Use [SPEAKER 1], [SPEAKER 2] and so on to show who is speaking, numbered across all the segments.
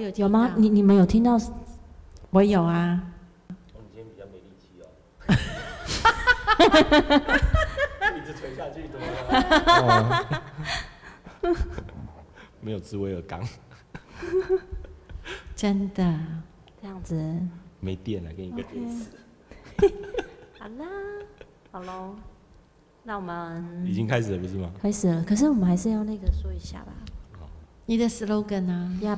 [SPEAKER 1] 有听
[SPEAKER 2] 有吗
[SPEAKER 1] 到？
[SPEAKER 2] 你你们有听到？我有啊。
[SPEAKER 3] 哦你今天比较没力气哦。一直垂下去，怎么了？没有智威尔刚，
[SPEAKER 2] 真的，
[SPEAKER 1] 这样子，
[SPEAKER 3] 没电了，给你个电池。
[SPEAKER 1] 好啦，好喽，那我
[SPEAKER 3] 已
[SPEAKER 1] 们
[SPEAKER 3] 经开始了，不是吗？
[SPEAKER 1] 开始了。可是我们还是要那个说一下吧。
[SPEAKER 2] 你的 slogan 啊？
[SPEAKER 1] 呀，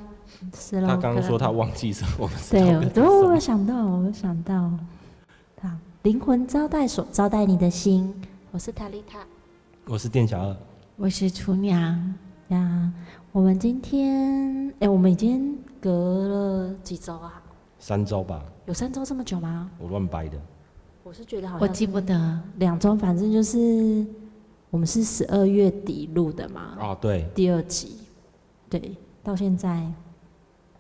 [SPEAKER 1] 是喽。
[SPEAKER 3] 他刚刚说他忘记什么，我们
[SPEAKER 1] 嗯
[SPEAKER 3] 是
[SPEAKER 1] 对，我
[SPEAKER 3] 要不要
[SPEAKER 1] 都
[SPEAKER 3] 做
[SPEAKER 1] 我
[SPEAKER 3] 什么
[SPEAKER 1] 想到，我想到，好，灵魂招待所招待你的心，我是塔丽塔
[SPEAKER 3] 我是店小二，
[SPEAKER 2] 我是厨娘，
[SPEAKER 1] 呀。我们今天，哎、我们已经隔了几周啊？
[SPEAKER 3] 三周吧，
[SPEAKER 1] 有三周这么久吗？
[SPEAKER 3] 我乱掰的。
[SPEAKER 1] 我是觉得好
[SPEAKER 2] 我
[SPEAKER 1] 像
[SPEAKER 2] 记不得。
[SPEAKER 1] 两周，反正就是我们是十二月底录的嘛，
[SPEAKER 3] 啊，对，
[SPEAKER 1] 第二集，对，到现在，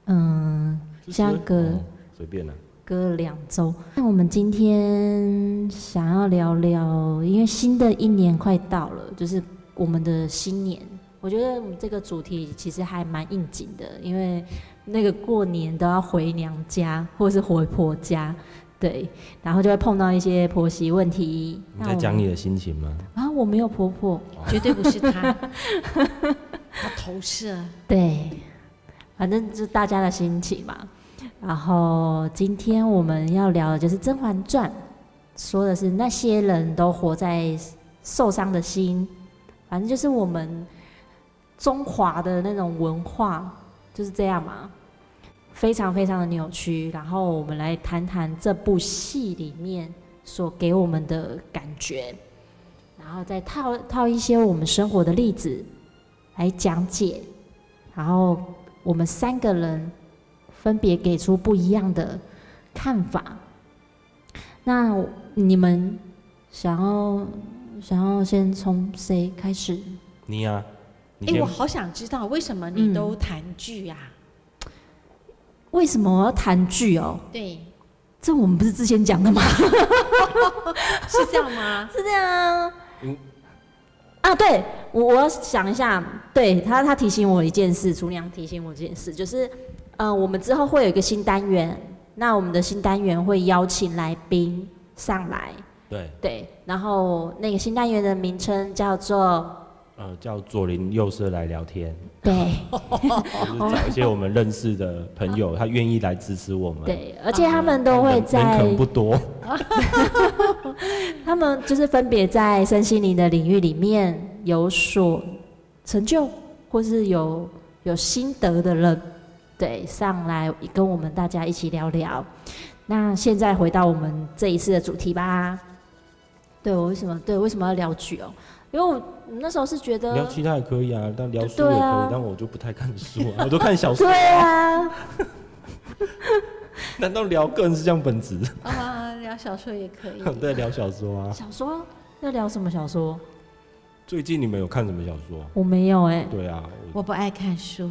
[SPEAKER 1] 嗯，相隔
[SPEAKER 3] 哦随便了。
[SPEAKER 1] 隔了两周。那我们今天想要聊聊，因为新的一年快到了，就是我们的新年。我觉得我们这个主题其实还蛮应景的，因为那个过年都要回娘家或者是回婆家，对，然后就会碰到一些婆媳问题。
[SPEAKER 3] 你在讲你的心情吗？
[SPEAKER 1] 那我啊，我没有婆婆，
[SPEAKER 2] 绝对不是 他，他投射。
[SPEAKER 1] 对，反正就是大家的心情嘛。然后今天我们要聊的就是《甄嬛传》，说的是那些人都活在受伤的心，反正就是我们中华的那种文化就是这样嘛，非常非常的扭曲。然后我们来谈谈这部戏里面所给我们的感觉，然后再套套一些我们生活的例子来讲解然后我们三个人分别给出不一样的看法。那你们想要想要先从谁开始？
[SPEAKER 3] 你呀、你
[SPEAKER 2] 哎，
[SPEAKER 3] 先
[SPEAKER 2] 我好想知道为什么你都谈剧啊？
[SPEAKER 1] 为什么我要谈剧哦？
[SPEAKER 2] 对，
[SPEAKER 1] 这我们不是之前讲的吗？
[SPEAKER 2] 是这样吗？
[SPEAKER 1] 是这样啊
[SPEAKER 3] 嗯。
[SPEAKER 1] 啊，对我我要想一下，对他他提醒我一件事，厨娘提醒我一件事，就是，嗯、我们之后会有一个新单元，那我们的新单元会邀请来宾上来，
[SPEAKER 3] 对，
[SPEAKER 1] 对，然后那个新单元的名称叫做
[SPEAKER 3] 呃，叫左邻右舍来聊天，
[SPEAKER 1] 对哦
[SPEAKER 3] 就是找一些我们认识的朋友，他愿意来支持我们。
[SPEAKER 1] 对，而且他们都会
[SPEAKER 3] 人人可
[SPEAKER 1] 在嗯
[SPEAKER 3] 能不多，
[SPEAKER 1] 他们就是分别在身心灵的领域里面有所成就，或是有有心得的人，对，上来跟我们大家一起聊聊。那现在回到我们这一次的主题吧。对，我为什么对为什么要聊剧哦？因为我那时候是觉得
[SPEAKER 3] 聊其他也可以啊，但聊书
[SPEAKER 1] 对
[SPEAKER 3] 也可以，
[SPEAKER 1] 啊
[SPEAKER 3] 但我就不太看书啊，我都看小说。
[SPEAKER 1] 对啊，
[SPEAKER 3] 难道聊个人是这样本质？
[SPEAKER 2] 啊，聊小说也可以。
[SPEAKER 3] 对，聊小说啊。
[SPEAKER 1] 小说要聊什么小说？
[SPEAKER 3] 最近你们有看什么小说？
[SPEAKER 1] 我没有哎、
[SPEAKER 3] 对啊，
[SPEAKER 2] 我不爱看 书，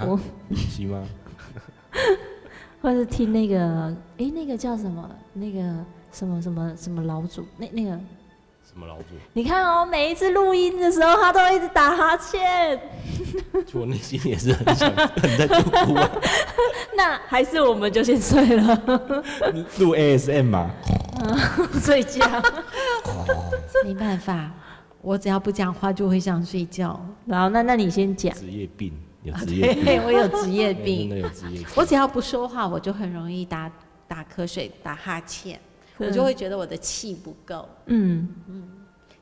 [SPEAKER 3] 我
[SPEAKER 1] 我
[SPEAKER 3] 行吗？
[SPEAKER 1] 或是听那个，诶，那个叫什么？那个什么什么什么老祖？那那个，
[SPEAKER 3] 什么老主？
[SPEAKER 1] 你看哦，每一次录音的时候，他都一直打哈欠。
[SPEAKER 3] 就我内心也是很想很在哭啊。
[SPEAKER 1] 那还是我们就先睡了，
[SPEAKER 3] 录 ASM 嘛，
[SPEAKER 1] 睡觉。
[SPEAKER 2] 没办法，我只要不讲话就会想睡觉。
[SPEAKER 1] 然后，那那你先讲。
[SPEAKER 3] 职业病有职业病，
[SPEAKER 2] 对，我有职业
[SPEAKER 3] 真
[SPEAKER 2] 病，
[SPEAKER 3] 的有啊职业病。
[SPEAKER 2] 我只要不说话，我就很容易打打瞌睡、打哈欠，我就会觉得我的气不够，
[SPEAKER 1] 嗯，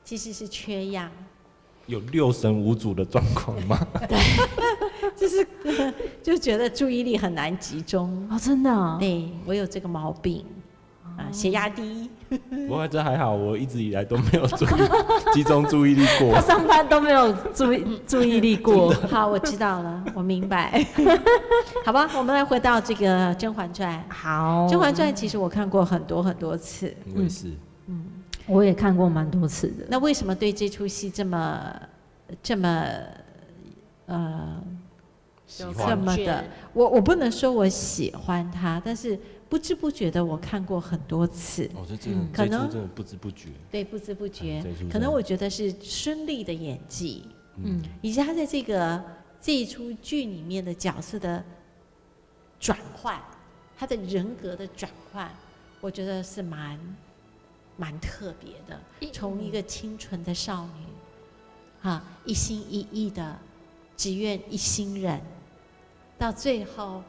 [SPEAKER 2] 其实是缺氧。
[SPEAKER 3] 有六神无主的状况吗？
[SPEAKER 2] 就是 就觉得注意力很难集中。
[SPEAKER 1] 哦，真的、哦，
[SPEAKER 2] 对我有这个毛病啊，血压低，
[SPEAKER 3] 不过这还好，我一直以来都没有注意集中注意力过
[SPEAKER 1] 他。上班都没有注意注意力过。
[SPEAKER 2] 好，我知道 了，我明白。好吧，我们来回到这个《甄嬛传》。
[SPEAKER 1] 好
[SPEAKER 2] 《甄嬛传》其实我看过很多很多次，
[SPEAKER 3] 我也是，
[SPEAKER 1] 我也看过蛮多次的。
[SPEAKER 2] 那为什么对这出戏这么这么呃
[SPEAKER 3] 喜
[SPEAKER 2] 这
[SPEAKER 3] 欢
[SPEAKER 2] 么的
[SPEAKER 1] 感觉？
[SPEAKER 2] 我我不能说我喜欢它，但是不知不觉的我看过很多次，
[SPEAKER 3] 我是哦真的，
[SPEAKER 2] 可
[SPEAKER 3] 最初
[SPEAKER 2] 能
[SPEAKER 3] 真的不知不觉。
[SPEAKER 2] 对，不知不觉
[SPEAKER 3] 嗯这出，
[SPEAKER 2] 可
[SPEAKER 3] 真的
[SPEAKER 2] 能我觉得是孙俪的演技。
[SPEAKER 1] 嗯，
[SPEAKER 2] 以及他在这个这一出剧里面的角色的转换，他的人格的转换，我觉得是蛮蛮特别的。
[SPEAKER 1] 一
[SPEAKER 2] 从一个清纯的少女，啊，一心一意的，只愿一心人，到最后，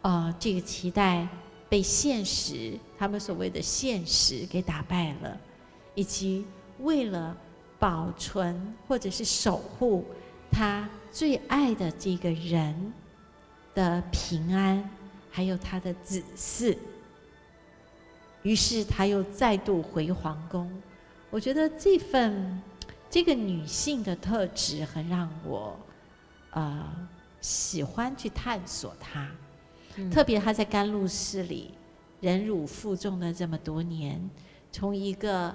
[SPEAKER 2] 呃，这个期待被现实，他们所谓的现实给打败了，以及为了保存或者是守护他最爱的这个人的平安，还有他的子嗣。于是他又再度回皇宫。我觉得这份这个女性的特质很让我呃喜欢去探索她，
[SPEAKER 1] 嗯
[SPEAKER 2] 特别她在甘露寺里忍辱负重了这么多年，从一个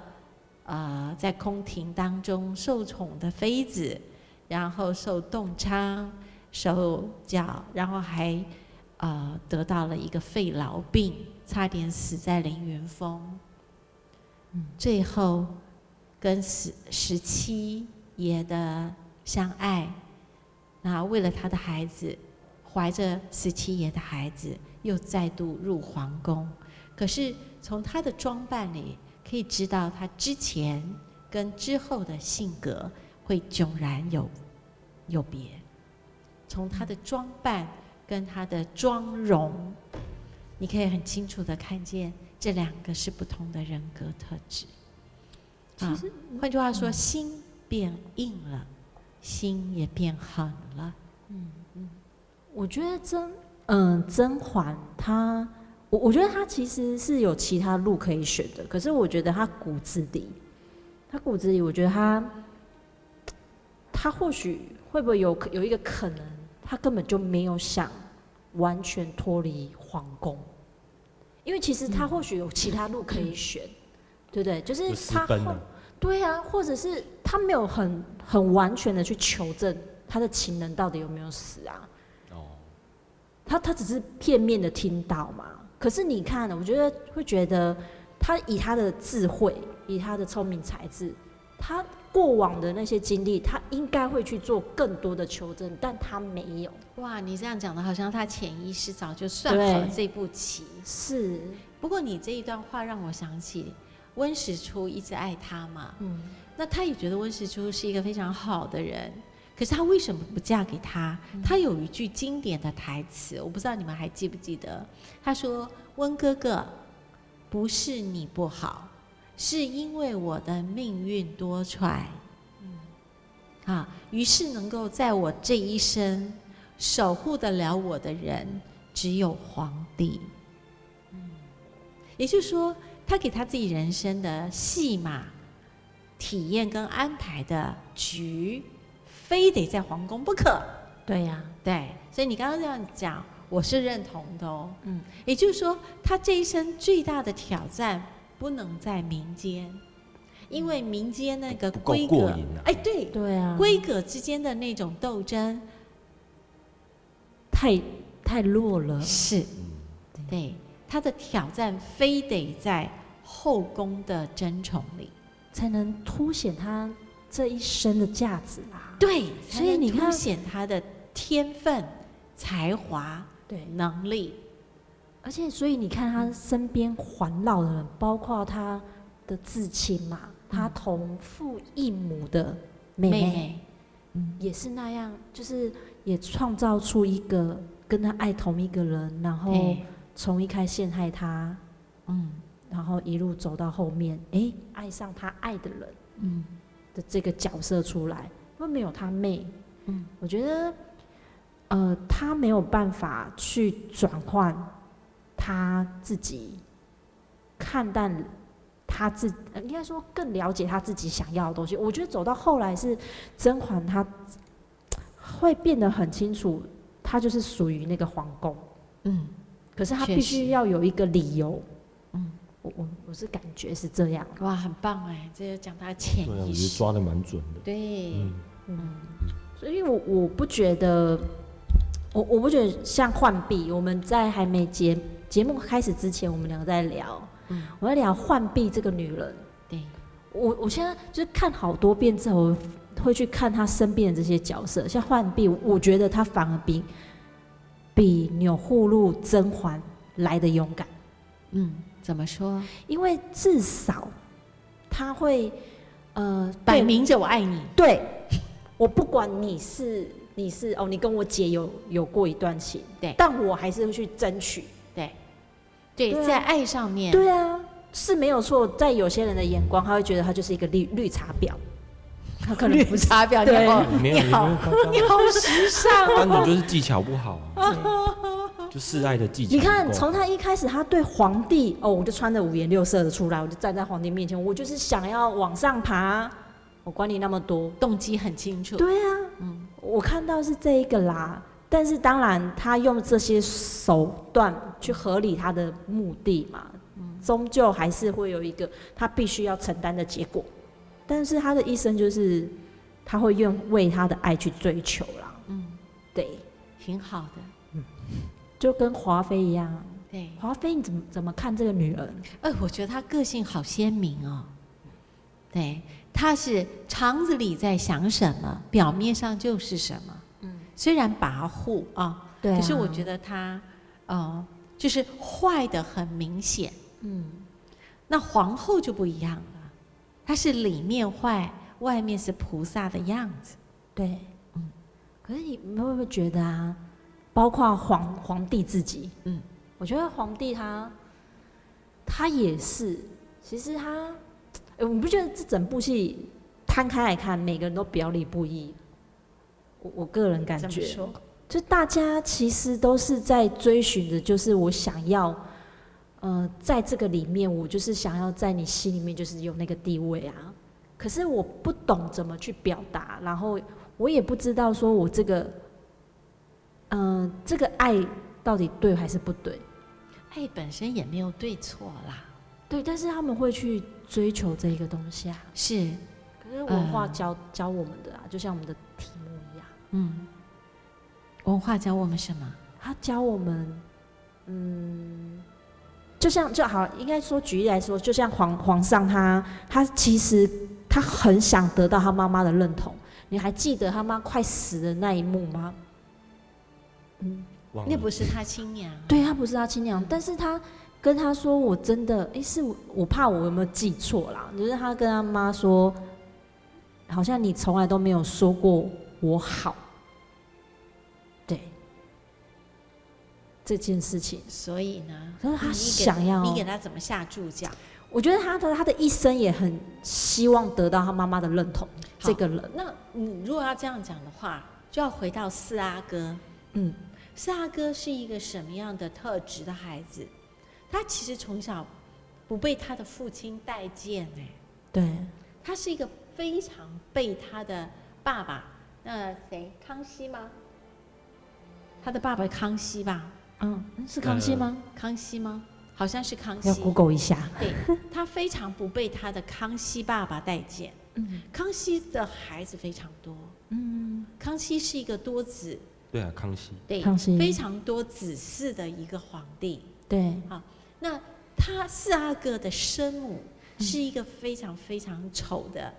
[SPEAKER 2] 呃在宫廷当中受宠的妃子，然后受冻疮、手脚，然后还呃得到了一个肺痨病，差点死在凌云峰。嗯最后跟十十七爷的相爱，那为了他的孩子，怀着十七爷的孩子，又再度入皇宫。可是从他的装扮里，可以知道他之前跟之后的性格会迥然有有别。从他的装扮跟他的妆容，你可以很清楚的看见这两个是不同的人格特质。
[SPEAKER 1] 其实
[SPEAKER 2] 啊，换句话说，心变硬了，心也变狠了。
[SPEAKER 1] 我觉得甄，嗯，甄嬛她，我我觉得她其实是有其他路可以选的，可是我觉得她骨子里，她骨子里，我觉得她，她或许会不会有有一个可能，她根本就没有想完全脱离皇宫，因为其实她或许有其他路可以选，对不对？就是
[SPEAKER 3] 就私
[SPEAKER 1] 她
[SPEAKER 3] 奔
[SPEAKER 1] 后
[SPEAKER 3] 了。
[SPEAKER 1] 对啊，或者是她没有很很完全的去求证她的情人到底有没有死啊。
[SPEAKER 3] 哦，
[SPEAKER 1] 他他只是片面的听到嘛。可是你看，我觉得会觉得他以他的智慧，以他的聪明才智，他过往的那些经历，他应该会去做更多的求证，但他没有。
[SPEAKER 2] 哇，你这样讲的，好像他潜意识早就算好
[SPEAKER 1] 对
[SPEAKER 2] 这步棋。
[SPEAKER 1] 是，
[SPEAKER 2] 不过你这一段话让我想起温实初一直爱他嘛，
[SPEAKER 1] 嗯，
[SPEAKER 2] 那他也觉得温实初是一个非常好的人，可是他为什么不嫁给他？他有一句经典的台词，我不知道你们还记不记得？他说：“温哥哥，不是你不好，是因为我的命运多舛。”啊，于是能够在我这一生守护得了我的人，只有皇帝。也就是说，他给他自己人生的戏码、体验跟安排的局，非得在皇宫不可。
[SPEAKER 1] 对呀、
[SPEAKER 2] 对，所以你刚刚这样讲，我是认同的哦。
[SPEAKER 1] 嗯，
[SPEAKER 2] 也就是说，他这一生最大的挑战不能在民间，因为民间那个
[SPEAKER 3] 不够
[SPEAKER 2] 规
[SPEAKER 3] 过
[SPEAKER 2] 格
[SPEAKER 3] 瘾啊，
[SPEAKER 2] 哎，对，
[SPEAKER 1] 对啊，
[SPEAKER 2] 规格之间的那种斗争
[SPEAKER 1] 太太弱了。
[SPEAKER 2] 是
[SPEAKER 3] 嗯，
[SPEAKER 2] 对他的挑战，非得在后宫的争宠里。
[SPEAKER 1] 才能凸显他这一生的价值啊。
[SPEAKER 2] 对，
[SPEAKER 1] 所以你
[SPEAKER 2] 才能
[SPEAKER 1] 看
[SPEAKER 2] 凸显他的天分、才华、
[SPEAKER 1] 对，
[SPEAKER 2] 能力。
[SPEAKER 1] 而且所以你看他身边环绕的人，包括他的至亲嘛，他同父异母的妹嗯妹
[SPEAKER 2] 妹，
[SPEAKER 1] 也是那样，就是也创造出一个跟他爱同一个人，然后
[SPEAKER 2] 对，
[SPEAKER 1] 从一开始陷害他，
[SPEAKER 2] 嗯
[SPEAKER 1] 然后一路走到后面，诶，爱上他爱的人
[SPEAKER 2] 嗯，
[SPEAKER 1] 的这个角色出来，因为没有他妹，
[SPEAKER 2] 嗯，
[SPEAKER 1] 我觉得，呃，他没有办法去转换他自己看淡他自，呃应该说更了解他自己想要的东西。我觉得走到后来是甄嬛，她会变得很清楚，她就是属于那个皇宫，
[SPEAKER 2] 嗯，
[SPEAKER 1] 可是她
[SPEAKER 2] 确
[SPEAKER 1] 必
[SPEAKER 2] 实
[SPEAKER 1] 须要有一个理由。
[SPEAKER 2] 嗯，
[SPEAKER 1] 我我我是感觉是这样。
[SPEAKER 2] 哇，很棒哎，这就讲他的潜
[SPEAKER 3] 对啊，我
[SPEAKER 2] 意
[SPEAKER 3] 觉得
[SPEAKER 2] 识。
[SPEAKER 3] 抓的蛮准的。
[SPEAKER 2] 对，
[SPEAKER 3] 嗯，
[SPEAKER 1] 所以我我不觉得，我我不觉得像浣碧，我们在还没节节目开始之前，我们两个在聊，
[SPEAKER 2] 嗯
[SPEAKER 1] 我在聊浣碧这个女人，
[SPEAKER 2] 对，
[SPEAKER 1] 我我现在就是看好多遍之后，会去看她身边的这些角色，像浣碧，我觉得她反而比比钮祜禄、甄嬛来的勇敢，
[SPEAKER 2] 嗯，怎么说？
[SPEAKER 1] 因为至少他会呃
[SPEAKER 2] 摆
[SPEAKER 1] 对
[SPEAKER 2] 明着我爱你，
[SPEAKER 1] 对，我不管你是你是哦，你跟我姐有有过一段情，
[SPEAKER 2] 对
[SPEAKER 1] 但我还是会去争取。
[SPEAKER 2] 对，对，
[SPEAKER 1] 对啊
[SPEAKER 2] 在爱上面，
[SPEAKER 1] 对啊，是没有错。在有些人的眼光，他会觉得他就是一个绿绿茶婊，他可能
[SPEAKER 2] 绿
[SPEAKER 1] 不是。
[SPEAKER 2] 茶婊，
[SPEAKER 1] 对
[SPEAKER 2] 你好，
[SPEAKER 3] 嗯没有，
[SPEAKER 2] 哦你
[SPEAKER 3] 没有啊
[SPEAKER 2] 好，
[SPEAKER 3] 刚
[SPEAKER 2] 你好时尚
[SPEAKER 3] 刚单
[SPEAKER 2] 哦，
[SPEAKER 3] 纯就是技巧不好啊， 就示爱的技巧不
[SPEAKER 1] 你
[SPEAKER 3] 够好。
[SPEAKER 1] 看，从他一开始，他对皇帝哦，我就穿的五颜六色的出来，我就站在皇帝面前，我就是想要往上爬，我管你那么多。
[SPEAKER 2] 动机很清楚，
[SPEAKER 1] 对啊，
[SPEAKER 2] 嗯，
[SPEAKER 1] 我看到是这一个啦，但是当然他用这些手段去合理他的目的嘛，终究还是会有一个他必须要承担的结果。但是他的一生就是他会用为他的爱去追求啦，嗯，对，
[SPEAKER 2] 挺好的，
[SPEAKER 1] 就跟华妃一样。
[SPEAKER 2] 对，
[SPEAKER 1] 华妃你怎么怎么看这个女人？
[SPEAKER 2] 哎，我觉得他个性好鲜明哦，对，他是肠子里在想什么，表面上就是什么，嗯，虽然跋扈啊，
[SPEAKER 1] 对
[SPEAKER 2] 可是我觉得他，呃，就是坏的很明显。
[SPEAKER 1] 嗯，
[SPEAKER 2] 那皇后就不一样了，她是里面坏，外面是菩萨的样子。
[SPEAKER 1] 对，嗯。可是你们会不会觉得啊？包括皇皇帝自己，
[SPEAKER 2] 嗯，
[SPEAKER 1] 我觉得皇帝他他也是，其实他，哎我们不觉得这整部戏摊开来看，每个人都表里不一。我我个人感
[SPEAKER 2] 这么
[SPEAKER 1] 觉，
[SPEAKER 2] 说，
[SPEAKER 1] 就大家其实都是在追寻的，就是我想要，呃，在这个里面，我就是想要在你心里面就是有那个地位啊。可是我不懂怎么去表达，然后我也不知道说我这个，嗯、这个爱到底对还是不对。
[SPEAKER 2] 爱哎本身也没有对错啦，
[SPEAKER 1] 对，但是他们会去追求这一个东西啊。
[SPEAKER 2] 是，
[SPEAKER 1] 可是文化教、教我们的啊，就像我们的题目一样，
[SPEAKER 2] 嗯，文化教我们什么？
[SPEAKER 1] 他教我们，嗯，就像就好，应该说举例来说，就像皇皇上他他其实他很想得到他妈妈的认同。你还记得他妈快死的那一幕吗？
[SPEAKER 3] 忘
[SPEAKER 2] 那
[SPEAKER 3] 了
[SPEAKER 2] 不是他亲娘，
[SPEAKER 1] 对他不是他亲娘，但是他跟他说：“我真的，诶，是我我怕我有没有记错啦？”就是他跟他妈说，好像你从来都没有说过我好，对这件事情，
[SPEAKER 2] 所以呢，
[SPEAKER 1] 可是他
[SPEAKER 2] 你给
[SPEAKER 1] 想要
[SPEAKER 2] 你给他怎么下注脚？
[SPEAKER 1] 我觉得他的他的一生也很希望得到他妈妈的认同。这个人，
[SPEAKER 2] 那你如果要这样讲的话，就要回到四阿哥。
[SPEAKER 1] 嗯，
[SPEAKER 2] 四阿哥是一个什么样的特质的孩子？他其实从小不被他的父亲待见哎、
[SPEAKER 1] 对，
[SPEAKER 2] 他是一个非常被他的爸爸，那谁康熙吗？他的爸爸康熙吧？
[SPEAKER 1] 嗯，是康熙吗？
[SPEAKER 2] 康熙吗？好像是康
[SPEAKER 1] 呃要
[SPEAKER 2] 熙。
[SPEAKER 1] Google 一下。
[SPEAKER 2] 对，他非常不被他的康熙爸爸待见。
[SPEAKER 1] 嗯
[SPEAKER 2] 康熙的孩子非常多，
[SPEAKER 1] 嗯，
[SPEAKER 2] 康熙是一个多子
[SPEAKER 3] 对啊，康熙
[SPEAKER 2] 对，
[SPEAKER 1] 康熙
[SPEAKER 2] 非常多子嗣的一个皇帝。
[SPEAKER 1] 对，
[SPEAKER 2] 那他四阿哥的生母是一个非常非常丑的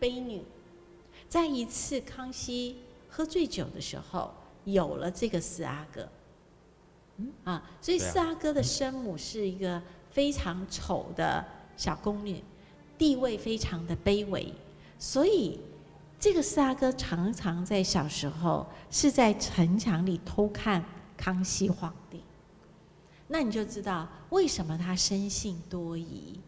[SPEAKER 2] 悲女，在一次康熙喝醉酒的时候，有了这个四阿哥。啊，所以
[SPEAKER 3] 对啊
[SPEAKER 2] 四阿哥的生母是一个非常丑的小宫女，地位非常的卑微，所以这个四阿哥常常在小时候是在城墙里偷看康熙皇帝。那你就知道为什么他生性多疑，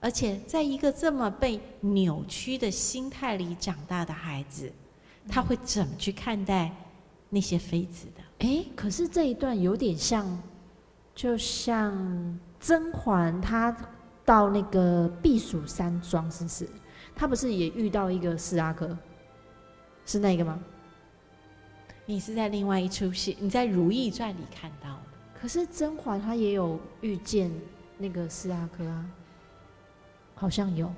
[SPEAKER 2] 而且在一个这么被扭曲的心态里长大的孩子，他会怎么去看待那些妃子的？
[SPEAKER 1] 哎，可是这一段有点像，就像甄嬛她到那个避暑山庄，是不是？她不是也遇到一个四阿哥，是那个吗？
[SPEAKER 2] 你是在另外一出戏，你在《如懿传》里看到的，
[SPEAKER 1] 可是甄嬛她也有遇见那个四阿哥啊，好像有，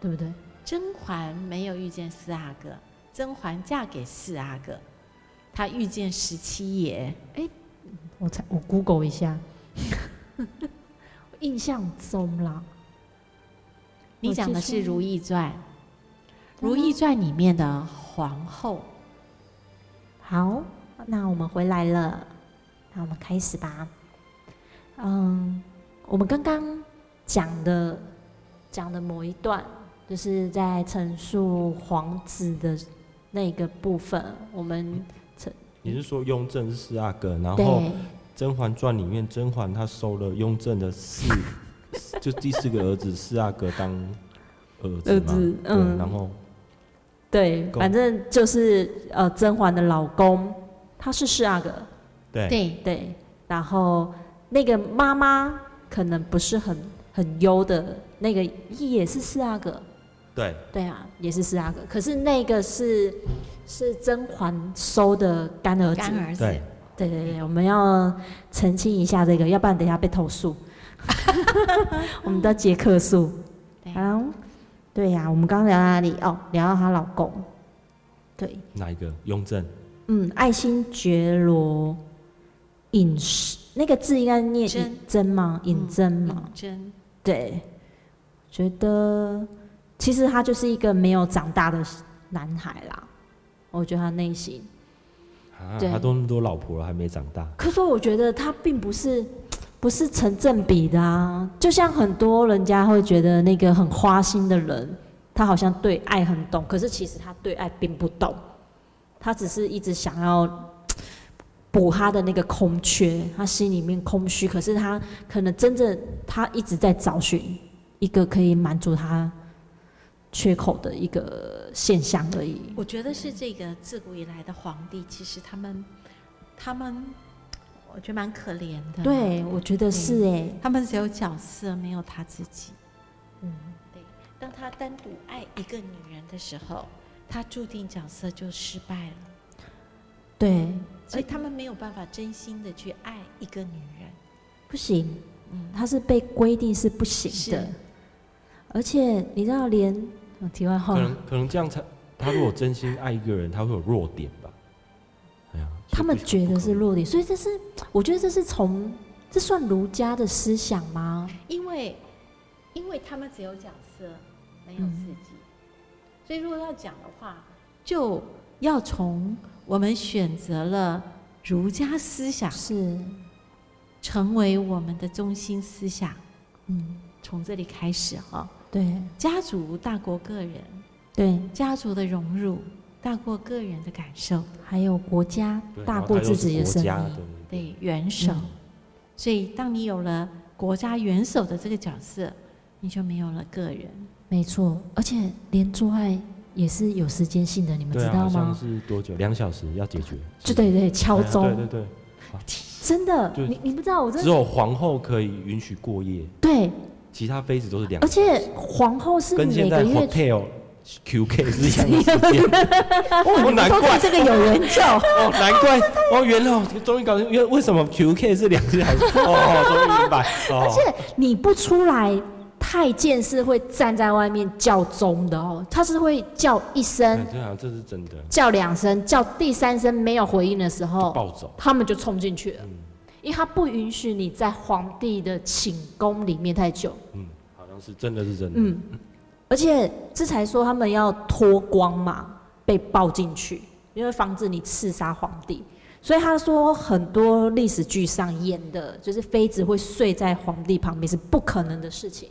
[SPEAKER 1] 对不对？
[SPEAKER 2] 甄嬛没有遇见四阿哥，甄嬛嫁给四阿哥，她遇见十七爷，
[SPEAKER 1] 我才我 Google 一下，印象中啦，
[SPEAKER 2] 你
[SPEAKER 1] 我
[SPEAKER 2] 讲的
[SPEAKER 1] 记
[SPEAKER 2] 是
[SPEAKER 1] 错
[SPEAKER 2] 《如懿传》，《
[SPEAKER 1] 真的
[SPEAKER 2] 如懿传》里面的皇后
[SPEAKER 1] 好，那我们回来了，那我们开始吧。嗯，我们刚刚讲的讲的某一段，就是在陈述皇子的那个部分，我们
[SPEAKER 3] 你是说雍正是四阿哥，然后《
[SPEAKER 1] 对
[SPEAKER 3] 甄嬛传》里面甄嬛她收了雍正的四， 就第四个儿子四阿哥当儿子
[SPEAKER 1] 儿
[SPEAKER 3] 嘛，
[SPEAKER 1] 子
[SPEAKER 3] 对
[SPEAKER 1] 嗯
[SPEAKER 3] 然后
[SPEAKER 1] 对，
[SPEAKER 3] 公
[SPEAKER 1] 反正就是呃甄嬛的老公，他是四阿哥，
[SPEAKER 3] 对
[SPEAKER 2] 对，
[SPEAKER 1] 对，然后那个妈妈可能不是很很优的，那个也是四阿哥，
[SPEAKER 3] 对
[SPEAKER 1] 对啊，也是四阿哥。可是那个是是甄嬛收的干儿子，
[SPEAKER 2] 干儿子
[SPEAKER 3] 对，
[SPEAKER 1] 对对对，我们要澄清一下这个，要不然等一下被投 诉。我们都接客诉。
[SPEAKER 2] 对
[SPEAKER 1] 好，对啊呀、我们刚刚聊到哪里？哦，聊到她老公。对，
[SPEAKER 3] 哪一个雍正？
[SPEAKER 1] 嗯，爱新觉罗尹氏那个字应该念
[SPEAKER 2] 真
[SPEAKER 1] 尹真吗？尹真吗？
[SPEAKER 2] 嗯真
[SPEAKER 1] 对，觉得其实他就是一个没有长大的男孩啦。我觉得他内心，
[SPEAKER 3] 啊，
[SPEAKER 1] 对
[SPEAKER 3] 他都那么多老婆了，还没长大。
[SPEAKER 1] 可是我觉得他并不是不是成正比的啊。就像很多人家会觉得那个很花心的人，他好像对爱很懂，可是其实他对爱并不懂，他只是一直想要补他的那个空缺，他心里面空虚，可是他可能真正他一直在找寻一个可以满足他缺口的一个现象而已。
[SPEAKER 2] 我觉得是这个自古以来的皇帝，其实他们，他们，我觉得蛮可怜的。，
[SPEAKER 1] 对，我觉得是哎、
[SPEAKER 2] 他们只有角色，没有他自己。
[SPEAKER 1] 嗯，
[SPEAKER 2] 对，当他单独爱一个女人的时候，他注定角色就失败了，
[SPEAKER 1] 对，
[SPEAKER 2] 所以
[SPEAKER 1] 哎
[SPEAKER 2] 他们没有办法真心的去爱一个女人。
[SPEAKER 1] 不行，
[SPEAKER 2] 嗯，
[SPEAKER 1] 它是被规定是不行的
[SPEAKER 2] 是，
[SPEAKER 1] 而且你知道连，哦题外话
[SPEAKER 3] 可，能可能这样才，他如果真心爱一个人，他会有弱点吧？哎呀，
[SPEAKER 1] 他们
[SPEAKER 3] 所以
[SPEAKER 1] 觉
[SPEAKER 3] 不
[SPEAKER 1] 得
[SPEAKER 3] 不
[SPEAKER 1] 是
[SPEAKER 3] 可
[SPEAKER 1] 弱点，所以这是我觉得这是从这算儒家的思想吗？
[SPEAKER 2] 因为，因为他们只有角色，没
[SPEAKER 1] 嗯
[SPEAKER 2] 有自己，所以如果要讲的话，就要从我们选择了儒家思想
[SPEAKER 1] 是，
[SPEAKER 2] 成为我们的中心思想，
[SPEAKER 1] 嗯，
[SPEAKER 2] 从这里开始哈、
[SPEAKER 1] 对
[SPEAKER 2] 家族大过个人，
[SPEAKER 1] 对，
[SPEAKER 2] 家族的融入大过个人的感受，
[SPEAKER 1] 还有国家
[SPEAKER 3] 对
[SPEAKER 1] 大
[SPEAKER 3] 然后
[SPEAKER 1] 过
[SPEAKER 3] 他又
[SPEAKER 1] 自
[SPEAKER 3] 是
[SPEAKER 1] 己的
[SPEAKER 3] 国
[SPEAKER 1] 生
[SPEAKER 3] 家
[SPEAKER 1] 命，
[SPEAKER 2] 对元首。
[SPEAKER 1] 嗯
[SPEAKER 2] 所以，当你有了国家元首的这个角色，你就没有了个人。
[SPEAKER 1] 没错，而且连做爱也是有时间性的，你们
[SPEAKER 3] 对
[SPEAKER 1] 知
[SPEAKER 3] 啊，
[SPEAKER 1] 道
[SPEAKER 3] 好像
[SPEAKER 1] 吗？
[SPEAKER 3] 是多久？两小时要解决？
[SPEAKER 1] 就对对，敲
[SPEAKER 3] 哎呀
[SPEAKER 1] 钟
[SPEAKER 3] 对，对
[SPEAKER 1] 真的，
[SPEAKER 3] 就
[SPEAKER 1] 你你不知道，我
[SPEAKER 3] 对，
[SPEAKER 1] 真
[SPEAKER 3] 只
[SPEAKER 1] 的
[SPEAKER 3] 有皇后可以允许过夜，
[SPEAKER 1] 对，
[SPEAKER 3] 其他妃子都是两
[SPEAKER 1] 而，且皇后哦是
[SPEAKER 3] 跟现
[SPEAKER 1] 每
[SPEAKER 3] 在
[SPEAKER 1] 个月
[SPEAKER 3] hotel QK 是一样的时间。哦，难
[SPEAKER 1] 都对
[SPEAKER 3] 怪
[SPEAKER 1] 这个有 研究。
[SPEAKER 3] 哦，难怪哦，原来我终于搞清，原为什么 QK 是两小时？ 哦，终于明白
[SPEAKER 1] 而
[SPEAKER 3] 哦。
[SPEAKER 1] 且你不出来，太监是会站在外面叫钟的哦，他是会叫一
[SPEAKER 3] 哎
[SPEAKER 1] 声、
[SPEAKER 3] 对啊，这是真的，
[SPEAKER 1] 叫两声、叫第三声没有回应的时候，
[SPEAKER 3] 暴走。
[SPEAKER 1] 他们就冲进去了，
[SPEAKER 3] 嗯
[SPEAKER 1] 因为他不允许你在皇帝的寝宫里面太久。
[SPEAKER 3] 嗯，好像是真的是真的。
[SPEAKER 1] 嗯，而且这才说他们要脱光嘛，被抱进去，因为防止你刺杀皇帝。所以他说，很多历史剧上演的，就是妃子会睡在皇帝旁边是不可能的事情，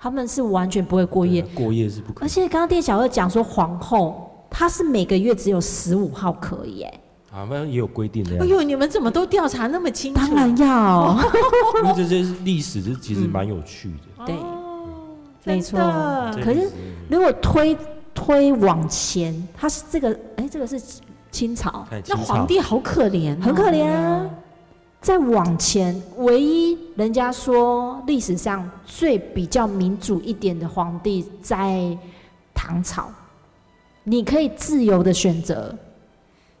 [SPEAKER 1] 他们是完全不会过夜
[SPEAKER 3] 对。啊过夜是不可
[SPEAKER 1] 而
[SPEAKER 3] 能。
[SPEAKER 1] 且刚刚店小二讲说，皇后她是每个月只有十五号可以、哎，
[SPEAKER 3] 好像也有规定的呀
[SPEAKER 2] 哎，呦，你们怎么都调查那么清楚？
[SPEAKER 1] 啊
[SPEAKER 2] 啊
[SPEAKER 1] 当然要，
[SPEAKER 3] 哦因为这些历史是其实蛮有趣的。
[SPEAKER 1] 对
[SPEAKER 2] 哦，
[SPEAKER 1] 没
[SPEAKER 2] 真的
[SPEAKER 1] 错
[SPEAKER 3] 这
[SPEAKER 1] 嗯可是
[SPEAKER 3] 历史
[SPEAKER 1] 如果推推往前，她是这个，哎、这个是清朝，
[SPEAKER 3] 看清
[SPEAKER 2] 那
[SPEAKER 3] 朝
[SPEAKER 2] 皇帝好可怜、
[SPEAKER 1] 很可怜啊。再往前，唯一人家说历史上最比较民主一点的皇帝在唐朝，你可以自由的选择。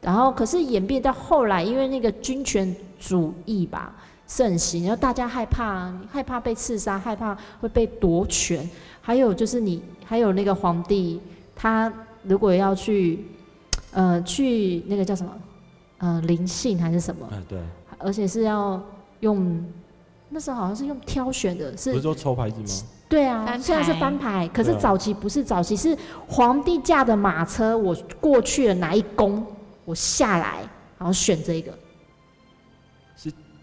[SPEAKER 1] 然后，可是演变到后来，因为那个军权主义吧盛行，然后大家害怕，害怕被刺杀，害怕会被夺权，还有就是你还有那个皇帝，他如果要去，呃，去那个叫什么，呃，灵性还是什么，
[SPEAKER 3] 啊，对，
[SPEAKER 1] 而且是要用那时候好像是用挑选的，
[SPEAKER 3] 不
[SPEAKER 1] 是
[SPEAKER 3] 是说抽牌子吗？
[SPEAKER 1] 对啊，
[SPEAKER 2] 翻
[SPEAKER 1] 虽然是
[SPEAKER 2] 牌
[SPEAKER 1] 翻牌，可是
[SPEAKER 3] 对啊
[SPEAKER 1] 早期不是早期是皇帝驾的马车，我过去了哪一宫，我下来，然后选这一个。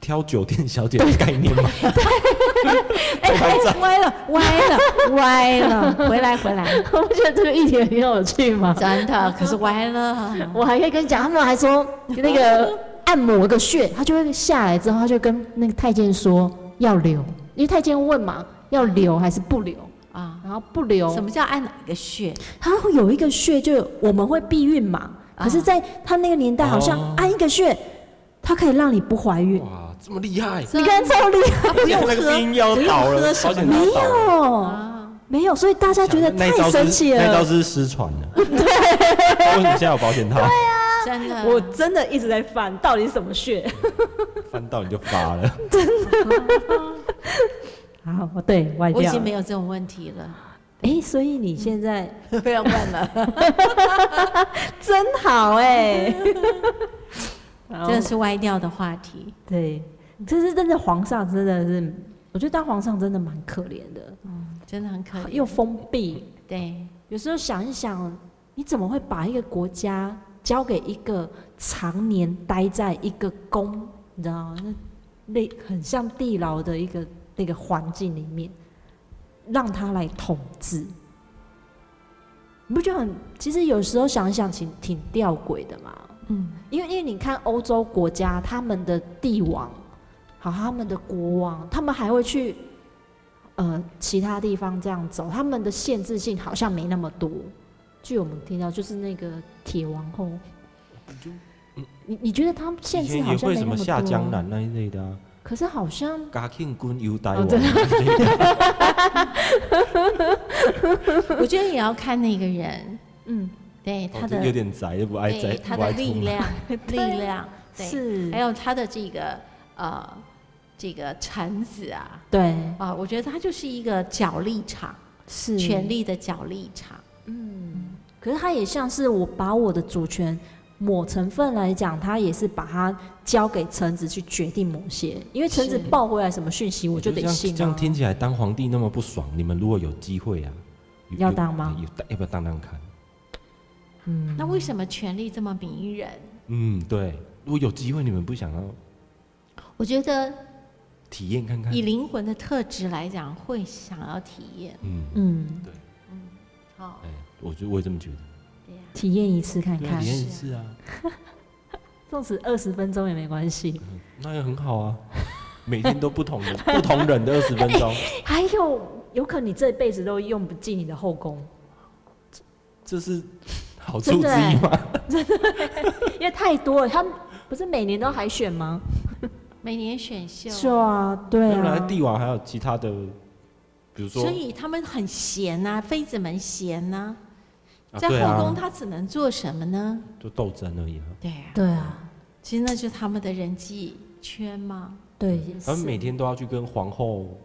[SPEAKER 3] 挑酒店小姐的概念 吗？
[SPEAKER 1] 哎、哎歪了，
[SPEAKER 2] 歪 了，歪了，回来，回来，
[SPEAKER 1] 我不觉得这个议题很有趣吗？
[SPEAKER 2] 真的，可是歪了。
[SPEAKER 1] 我还可以跟你讲，他们还说那个按摩一个穴，他就会下来之后，他就跟那个太监说要留，因为太监问嘛，要留还是不留？
[SPEAKER 2] 啊，
[SPEAKER 1] 然后不留，
[SPEAKER 2] 什么叫按哪个穴？
[SPEAKER 1] 他会有一个穴，就我们会避孕嘛。
[SPEAKER 2] 啊
[SPEAKER 1] 可是，在他那个年代，好像
[SPEAKER 3] 哦
[SPEAKER 1] 按一个穴，它可以让你不怀孕。
[SPEAKER 3] 哇，这么厉害！
[SPEAKER 1] 你看这么厉害，
[SPEAKER 2] 啊不用
[SPEAKER 3] 那个
[SPEAKER 2] 喝
[SPEAKER 3] 冰要倒
[SPEAKER 2] 不用喝
[SPEAKER 3] 了，
[SPEAKER 2] 什
[SPEAKER 3] 保
[SPEAKER 2] 么
[SPEAKER 3] 险
[SPEAKER 1] 没
[SPEAKER 3] 套倒了。
[SPEAKER 1] 有，
[SPEAKER 2] 啊，
[SPEAKER 1] 没有，所以大家觉得
[SPEAKER 3] 那一
[SPEAKER 1] 太
[SPEAKER 3] 招
[SPEAKER 1] 神
[SPEAKER 3] 是
[SPEAKER 1] 奇
[SPEAKER 3] 那一招
[SPEAKER 1] 了。啊
[SPEAKER 3] 是失传的。对， 为什么现在有保险套？
[SPEAKER 2] 真的，
[SPEAKER 1] 我真的一直在翻，到底是什么穴？
[SPEAKER 3] 翻到你就发了。
[SPEAKER 1] 好，对，外
[SPEAKER 2] 我已
[SPEAKER 1] 掉
[SPEAKER 2] 经
[SPEAKER 1] 了。
[SPEAKER 2] 没有这种问题了，
[SPEAKER 1] 哎、所以你现在
[SPEAKER 2] 不要问 了，
[SPEAKER 1] 真好哎、
[SPEAKER 2] 这是歪掉的话题。
[SPEAKER 1] 对，这是真的，皇上真的是，我觉得当皇上真的蛮可怜的，
[SPEAKER 2] 嗯，真的很可怜。
[SPEAKER 1] 又封闭。
[SPEAKER 2] 对，
[SPEAKER 1] 有时候想一想，你怎么会把一个国家交给一个常年待在一个宫，你知道吗？那类很像地牢的一个那个环境里面，让他来统治，你不觉得很？其实有时候想一想挺，挺吊诡的嘛。
[SPEAKER 2] 嗯，
[SPEAKER 1] 因为因为你看欧洲国家，他们的帝王，好，他们的国王，他们还会去呃其他地方这样走，他们的限制性好像没那么多。据我们听到，就是那个铁王后，你你觉得他们限
[SPEAKER 3] 嗯以
[SPEAKER 1] 制
[SPEAKER 3] 前
[SPEAKER 1] 好
[SPEAKER 3] 也
[SPEAKER 1] 像
[SPEAKER 3] 会
[SPEAKER 1] 没
[SPEAKER 3] 什
[SPEAKER 1] 那
[SPEAKER 3] 么
[SPEAKER 1] 多
[SPEAKER 3] 下
[SPEAKER 1] 啊？
[SPEAKER 3] 江南那一类的啊，
[SPEAKER 1] 可是好像
[SPEAKER 3] 嘉庆君游台
[SPEAKER 1] 哦
[SPEAKER 3] 湾
[SPEAKER 1] 对
[SPEAKER 2] 我觉得也要看那个人，
[SPEAKER 1] 嗯
[SPEAKER 2] 对
[SPEAKER 3] 哦
[SPEAKER 2] 他
[SPEAKER 3] 这
[SPEAKER 2] 的
[SPEAKER 3] 有点宅，又不
[SPEAKER 1] 哎
[SPEAKER 3] 爱宅，
[SPEAKER 2] 对他
[SPEAKER 3] 不
[SPEAKER 2] 的
[SPEAKER 3] 爱出
[SPEAKER 2] 力
[SPEAKER 3] 门。
[SPEAKER 2] 量， 力量，对，
[SPEAKER 1] 是
[SPEAKER 2] 还有他的这个呃这个产子啊
[SPEAKER 1] 对
[SPEAKER 2] 啊，我觉得他就是一个角力场，
[SPEAKER 1] 是
[SPEAKER 2] 权力的角力场。
[SPEAKER 1] 嗯，可是它也像是我把我的主权某成分来讲，它也是把它交给橙子去决定某些，因为橙
[SPEAKER 2] 是
[SPEAKER 1] 子报回来什么讯息，我就
[SPEAKER 3] 哎这
[SPEAKER 1] 得
[SPEAKER 3] 样
[SPEAKER 1] 信、啊。
[SPEAKER 3] 这样听起来，当皇帝那么不爽，你们如果有机会啊，有
[SPEAKER 1] 要
[SPEAKER 3] 有哎
[SPEAKER 1] 当吗
[SPEAKER 3] 有当要不要当当看？
[SPEAKER 1] 嗯，
[SPEAKER 2] 那为什么权力这么迷人？
[SPEAKER 3] 嗯，对，如果有机会，你们不想要
[SPEAKER 2] 我觉得
[SPEAKER 3] 体验看看
[SPEAKER 2] 以？灵魂的特质来讲，会想要体验。
[SPEAKER 3] 嗯，
[SPEAKER 1] 嗯，
[SPEAKER 2] 哦，
[SPEAKER 3] 哎，我就我也这么觉得。
[SPEAKER 2] 对呀、
[SPEAKER 1] 体验一次看
[SPEAKER 3] 对啊，
[SPEAKER 1] 看
[SPEAKER 3] 体，验一
[SPEAKER 2] 是啊
[SPEAKER 3] 次啊，
[SPEAKER 1] 纵使二十分钟也没关系。
[SPEAKER 3] 嗯那也很好啊。 每天都不同的 不同人的二十分 钟，
[SPEAKER 1] 还有，有可能你这辈子都用不尽你的后宫，
[SPEAKER 3] 这是好
[SPEAKER 1] 真
[SPEAKER 3] 处之
[SPEAKER 1] 的哎
[SPEAKER 3] 一吗？
[SPEAKER 1] 因为太多了。他们不是每年都海选吗？
[SPEAKER 2] 每年选秀，
[SPEAKER 1] 是啊，对
[SPEAKER 3] 原来
[SPEAKER 1] 啊，
[SPEAKER 3] 帝王还有其他的，比如说
[SPEAKER 2] 所以他们很闲呐、妃子们闲呐、
[SPEAKER 3] 啊
[SPEAKER 2] 在
[SPEAKER 3] 对
[SPEAKER 2] 后宫
[SPEAKER 3] 啊，
[SPEAKER 2] 他只能做什么呢？
[SPEAKER 3] 就斗争而已啊。
[SPEAKER 2] 对呀、
[SPEAKER 1] 对啊，
[SPEAKER 2] 其实那就是他们的人际圈嘛。
[SPEAKER 1] 对，也
[SPEAKER 3] 他们每
[SPEAKER 1] 是
[SPEAKER 3] 天都要去跟皇后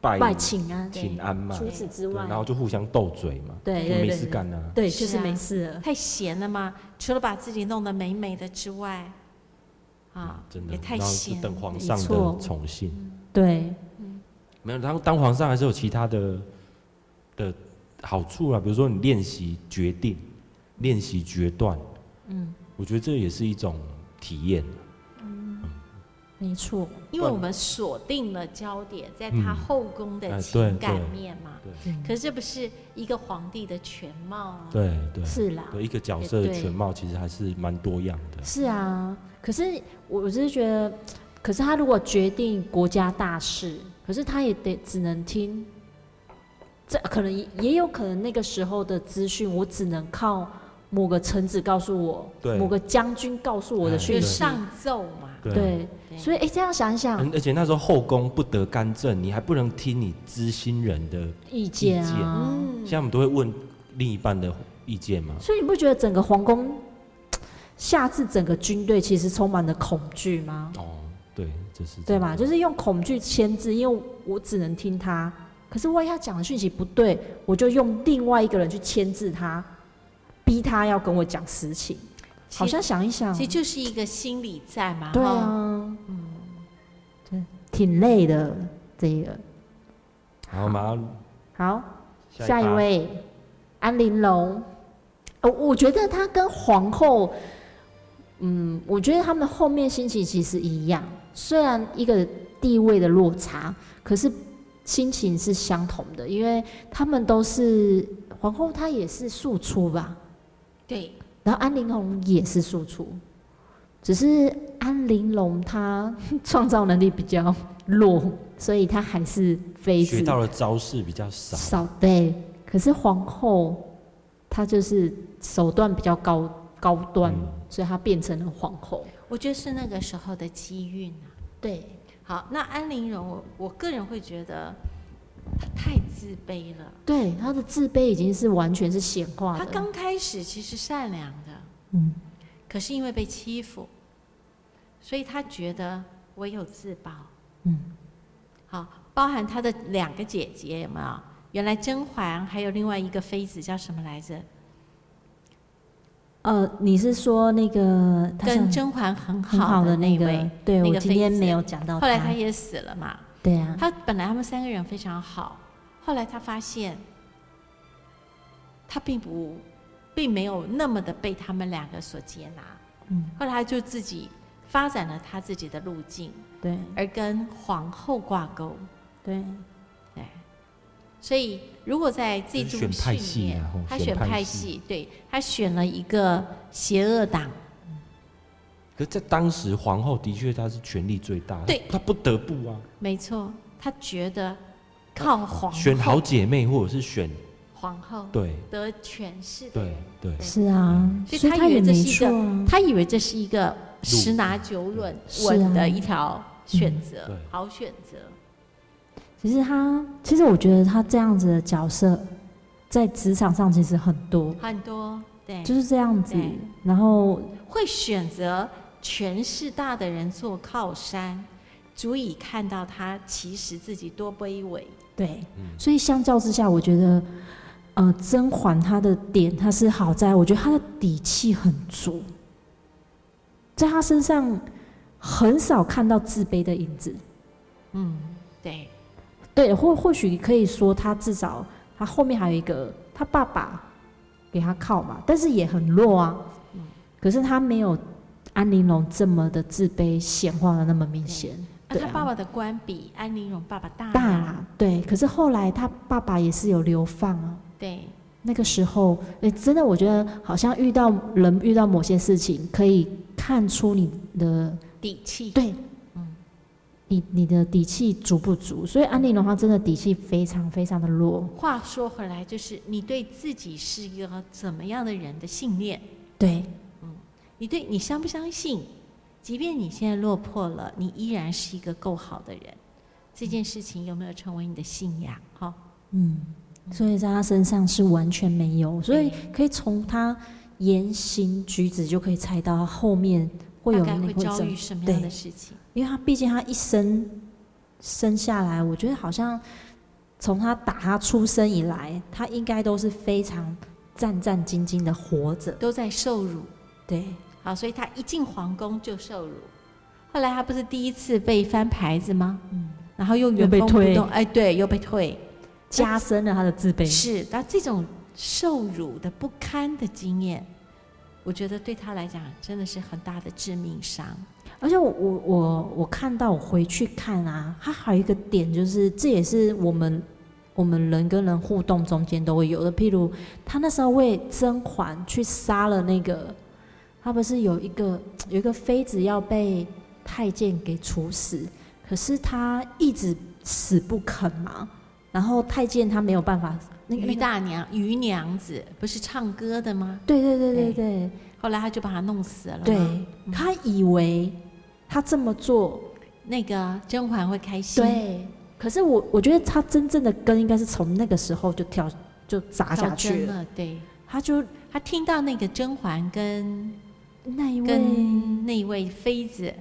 [SPEAKER 3] 拜
[SPEAKER 1] 拜请安。
[SPEAKER 2] 对
[SPEAKER 3] 请安嘛，
[SPEAKER 1] 除此之
[SPEAKER 3] 对
[SPEAKER 1] 外
[SPEAKER 3] 然，后就互相斗嘴嘛，
[SPEAKER 1] 对
[SPEAKER 3] 就
[SPEAKER 1] 对
[SPEAKER 3] 没
[SPEAKER 1] 对
[SPEAKER 3] 事干啊。
[SPEAKER 1] 对，
[SPEAKER 2] 是
[SPEAKER 1] 就是
[SPEAKER 2] 啊
[SPEAKER 1] 没事了。
[SPEAKER 2] 太闲了嘛，除了把自己弄得美美的之外，啊，
[SPEAKER 3] 嗯真的，
[SPEAKER 2] 也太
[SPEAKER 3] 然后就
[SPEAKER 2] 闲了。
[SPEAKER 3] 等皇上
[SPEAKER 1] 没错
[SPEAKER 3] 的宠幸。
[SPEAKER 1] 对，
[SPEAKER 3] 没有，当当皇上还是有其他的的好处啊，比如说你练习决定，练习决断，
[SPEAKER 1] 嗯，
[SPEAKER 3] 我觉得这也是一种体验。啊
[SPEAKER 1] 没错，
[SPEAKER 2] 因为我们锁定了焦点在他
[SPEAKER 3] 嗯
[SPEAKER 2] 后宫的
[SPEAKER 3] 哎
[SPEAKER 2] 情
[SPEAKER 3] 对
[SPEAKER 2] 感
[SPEAKER 3] 对
[SPEAKER 2] 面嘛，
[SPEAKER 1] 嗯
[SPEAKER 2] 可是这不是一个皇帝的全貌啊。
[SPEAKER 3] 对对
[SPEAKER 1] 是啦，
[SPEAKER 3] 对，一个角色的
[SPEAKER 2] 对
[SPEAKER 3] 全貌其实还是蛮多样的。
[SPEAKER 1] 是啊。可是我我只是觉得，可是他如果决定国家大事，可是他也得只能听。这可能也也有可能那个时候的资讯，我只能靠某个臣子告诉我，
[SPEAKER 3] 对
[SPEAKER 1] 某个将军告诉我的
[SPEAKER 3] 哎
[SPEAKER 2] 就
[SPEAKER 1] 讯
[SPEAKER 2] 是
[SPEAKER 1] 息。
[SPEAKER 2] 上奏嘛。
[SPEAKER 1] 对，
[SPEAKER 2] 对
[SPEAKER 1] 所以哎、诶这样想一想
[SPEAKER 3] 嗯，，而且那时候后宫不得干政，你还不能听你知心人的
[SPEAKER 1] 意见
[SPEAKER 3] 意见
[SPEAKER 1] 啊，
[SPEAKER 2] 嗯，
[SPEAKER 3] 像我们都会问另一半的意见嘛，
[SPEAKER 1] 所以你不觉得整个皇宫下至整个军队其实充满了恐惧吗？
[SPEAKER 3] 哦，对，这是
[SPEAKER 1] 啊对吧？就是是用恐惧牵制，因为我只能听他。可是万一他讲的讯息不对，我就用另外一个人去牵制他，逼他要跟我讲实情。
[SPEAKER 2] 其
[SPEAKER 1] 好像想一想
[SPEAKER 2] 其，实就是一个心理战嘛。
[SPEAKER 1] 对
[SPEAKER 2] 哈，
[SPEAKER 1] 啊，嗯，对，挺累的这个。
[SPEAKER 3] 好，我们要
[SPEAKER 1] 好，下
[SPEAKER 3] 一
[SPEAKER 1] 一
[SPEAKER 3] 趴，
[SPEAKER 1] 位哦安陵容，呃，我觉得她跟皇后嗯，我觉得他们后面兴起其实一样，虽然一个地位的落差，可是心情是相同的，因为他们都是皇后，她也是庶出吧，
[SPEAKER 2] 对，
[SPEAKER 1] 然后安陵容也是庶出，只是安陵容她 创造能力比较弱，所以她还是妃
[SPEAKER 3] 学
[SPEAKER 1] 子
[SPEAKER 3] 到的招式比较少，
[SPEAKER 1] 少对。可是皇后她就是手段比较高高端，
[SPEAKER 3] 嗯
[SPEAKER 1] 所以她变成了皇后。
[SPEAKER 2] 我觉得是那个时候的机运啊。
[SPEAKER 1] 对，
[SPEAKER 2] 好，那安陵容，我我个人会觉得她太自卑了。
[SPEAKER 1] 对，她的自卑已经是完全是显化
[SPEAKER 2] 她
[SPEAKER 1] 的。
[SPEAKER 2] 刚开始其实善良的，
[SPEAKER 1] 嗯，
[SPEAKER 2] 可是因为被欺负，所以她觉得唯有自保。
[SPEAKER 1] 嗯，
[SPEAKER 2] 好，包含她的两个姐姐有没有？原来甄嬛还有另外一个妃子叫什么来着？
[SPEAKER 1] 呃，你是说那个她
[SPEAKER 2] 跟
[SPEAKER 1] 像
[SPEAKER 2] 甄嬛很
[SPEAKER 1] 很好的
[SPEAKER 2] 那
[SPEAKER 1] 那
[SPEAKER 2] 一
[SPEAKER 1] 个
[SPEAKER 2] 位，？
[SPEAKER 1] 对
[SPEAKER 2] 那
[SPEAKER 1] 我
[SPEAKER 2] 个
[SPEAKER 1] 今
[SPEAKER 2] 妃
[SPEAKER 1] 天
[SPEAKER 2] 子
[SPEAKER 1] 没有讲到
[SPEAKER 2] 后来
[SPEAKER 1] 她
[SPEAKER 2] 她也死了嘛。
[SPEAKER 1] 对
[SPEAKER 3] 嗯
[SPEAKER 1] 啊，
[SPEAKER 2] 他本来他们三个人非常好，后来他发现，他并不，并没有那么的被他们两个所接纳。
[SPEAKER 1] 嗯，
[SPEAKER 2] 后来他就自己发展了他自己的路径，
[SPEAKER 1] 对
[SPEAKER 3] 嗯
[SPEAKER 2] 而跟皇后挂钩。
[SPEAKER 1] 对，
[SPEAKER 2] 对，所以如果在这
[SPEAKER 3] 就是
[SPEAKER 2] 部
[SPEAKER 3] 选派
[SPEAKER 2] 戏
[SPEAKER 3] 系
[SPEAKER 2] 里面
[SPEAKER 3] 啊吼，
[SPEAKER 2] 他
[SPEAKER 3] 选
[SPEAKER 2] 选
[SPEAKER 3] 派
[SPEAKER 2] 派
[SPEAKER 3] 系
[SPEAKER 2] 系，对他选了一个邪恶党，
[SPEAKER 3] 可是在当时皇后的确她是权力最大，
[SPEAKER 2] 对
[SPEAKER 3] 她她不得不啊，
[SPEAKER 2] 没错，他觉得靠皇后，
[SPEAKER 3] 选好姐妹或者是选
[SPEAKER 2] 皇后
[SPEAKER 3] 对
[SPEAKER 2] 得权势的
[SPEAKER 3] 对
[SPEAKER 2] 人。
[SPEAKER 3] 对，
[SPEAKER 1] 是啊，
[SPEAKER 2] 所以
[SPEAKER 1] 所以
[SPEAKER 2] 她
[SPEAKER 1] 她
[SPEAKER 2] 以为
[SPEAKER 1] 也
[SPEAKER 2] 这
[SPEAKER 1] 没
[SPEAKER 2] 是一
[SPEAKER 1] 错
[SPEAKER 2] 个
[SPEAKER 1] 啊。
[SPEAKER 2] 他以为这是一个十拿九稳
[SPEAKER 1] 是啊
[SPEAKER 2] 稳的一条选
[SPEAKER 1] 啊
[SPEAKER 2] 择
[SPEAKER 3] 对，
[SPEAKER 2] 好选择。
[SPEAKER 1] 其实他，其实我觉得他这样子的角色，在职场上其实很多，
[SPEAKER 2] 很多对
[SPEAKER 1] 就是这样子
[SPEAKER 2] 对。
[SPEAKER 1] 然后，
[SPEAKER 2] 会选择权势大的人做靠山，足以看到他其实自己多卑微。
[SPEAKER 1] 对，
[SPEAKER 3] 嗯
[SPEAKER 1] 所以相较之下，我觉得，呃，甄嬛她的点，她是好在，我觉得她的底气很足，在她身上很少看到自卑的影子。
[SPEAKER 2] 嗯，对，
[SPEAKER 1] 对，或或许可以说，他至少他后面还有一个他爸爸给他靠嘛，但是也很弱啊。可是他没有安陵容这么的自卑显化的那么明显。
[SPEAKER 2] 那
[SPEAKER 1] 对
[SPEAKER 2] 他
[SPEAKER 1] 啊
[SPEAKER 2] 爸爸的官比安陵容爸爸大
[SPEAKER 1] 大
[SPEAKER 2] 呀
[SPEAKER 1] 啦，对。可是后来他爸爸也是有流放啊。
[SPEAKER 2] 对，
[SPEAKER 1] 那个时候，哎、真的，我觉得好像遇到人遇到某些事情，可以看出你的
[SPEAKER 2] 底气。
[SPEAKER 1] 对，
[SPEAKER 2] 嗯
[SPEAKER 1] 你你的底气足不足。所以安陵容她真的底气非常非常的弱。
[SPEAKER 2] 话说回来，就是你对自己是一个怎么样的人的信念。
[SPEAKER 1] 对，
[SPEAKER 2] 你对你相不相信？即便你现在落魄了，你依然是一个够好的人。这件事情有没有成为你的信仰？哈、
[SPEAKER 1] 嗯，所以在他身上是完全没有，所以可以从他言行举止就可以猜到他后面会
[SPEAKER 2] 大
[SPEAKER 1] 有
[SPEAKER 2] 概
[SPEAKER 1] 那
[SPEAKER 2] 会
[SPEAKER 1] 会
[SPEAKER 2] 遭
[SPEAKER 1] 怎
[SPEAKER 2] 遇
[SPEAKER 1] 么，
[SPEAKER 2] 什么样的
[SPEAKER 1] 对
[SPEAKER 2] 事情？
[SPEAKER 1] 因为他毕竟他一生生下来，我觉得好像从他打他出生以来，他应该都是非常战战兢兢的活着，
[SPEAKER 2] 都在受辱。
[SPEAKER 1] 对，
[SPEAKER 2] 好，所以他一进皇宫就受辱。后来他不是第一次被翻牌子吗？
[SPEAKER 1] 嗯，
[SPEAKER 2] 然后又
[SPEAKER 1] 又
[SPEAKER 2] 原
[SPEAKER 1] 被
[SPEAKER 2] 封不
[SPEAKER 1] 退
[SPEAKER 2] 动，哎，对，又被退。
[SPEAKER 1] 加深了他的自卑。
[SPEAKER 2] 是，那这种受辱的不堪的经验，我觉得对他来讲真的是很大的致命伤。
[SPEAKER 1] 而且我我我我看到我回去看啊，它还有一个点就是，这也是我们我们人跟人互动中间都会有的。譬如他那时候为甄嬛去杀了那个，他不是有一个有一个妃子要被太监给处死，可是他一直死不肯嘛，然后太监他没有办法，那个
[SPEAKER 2] 于
[SPEAKER 1] 那个
[SPEAKER 2] 大娘、于娘子不是唱歌的吗？
[SPEAKER 1] 对对对对对
[SPEAKER 2] 后来他就把他弄死了嘛。
[SPEAKER 1] 对，他以为他这么做
[SPEAKER 2] 那个甄嬛会开心，
[SPEAKER 1] 对，可是我我觉得他真正的根应该是从那个时候就跳就砸
[SPEAKER 2] 跳
[SPEAKER 1] 下
[SPEAKER 2] 针
[SPEAKER 1] 去了。
[SPEAKER 2] 了。对，
[SPEAKER 1] 他就
[SPEAKER 2] 他听到那个甄嬛跟
[SPEAKER 1] 那一位
[SPEAKER 2] 跟那位妃子，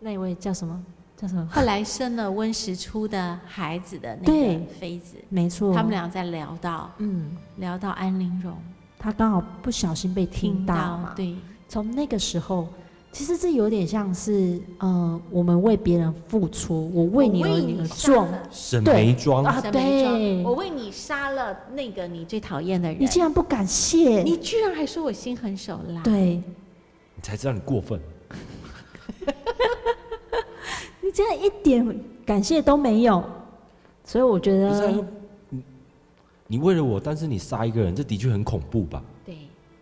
[SPEAKER 1] 那一位叫什么叫什么？
[SPEAKER 2] 后来生了温实初的孩子的那
[SPEAKER 1] 对
[SPEAKER 2] 个妃子，
[SPEAKER 1] 没错，
[SPEAKER 2] 他们俩在聊到
[SPEAKER 1] 嗯，
[SPEAKER 2] 聊到安陵容，
[SPEAKER 1] 他刚好不小心被听
[SPEAKER 2] 听
[SPEAKER 1] 到
[SPEAKER 2] 到
[SPEAKER 1] 嘛。
[SPEAKER 2] 对
[SPEAKER 1] 从那个时候，其实这有点像是呃，我们为别人付出，我为你
[SPEAKER 2] 我
[SPEAKER 1] 而
[SPEAKER 2] 为
[SPEAKER 1] 你而
[SPEAKER 2] 杀
[SPEAKER 1] 撞。
[SPEAKER 2] 了
[SPEAKER 3] 沈
[SPEAKER 1] 对
[SPEAKER 3] 眉庄
[SPEAKER 1] 啊
[SPEAKER 2] 沈眉庄
[SPEAKER 1] 对
[SPEAKER 2] 我为你杀了那个你最讨厌的人
[SPEAKER 1] 你，竟然不感谢，
[SPEAKER 2] 你居然还说我心狠手辣，
[SPEAKER 1] 对，
[SPEAKER 3] 才知道你过分。
[SPEAKER 1] 啊你这样一点感谢都没有，所以我觉
[SPEAKER 3] 不是啊、
[SPEAKER 1] 得
[SPEAKER 3] 你你为了我，但是你杀一个人，这的确很恐怖吧？
[SPEAKER 2] 对，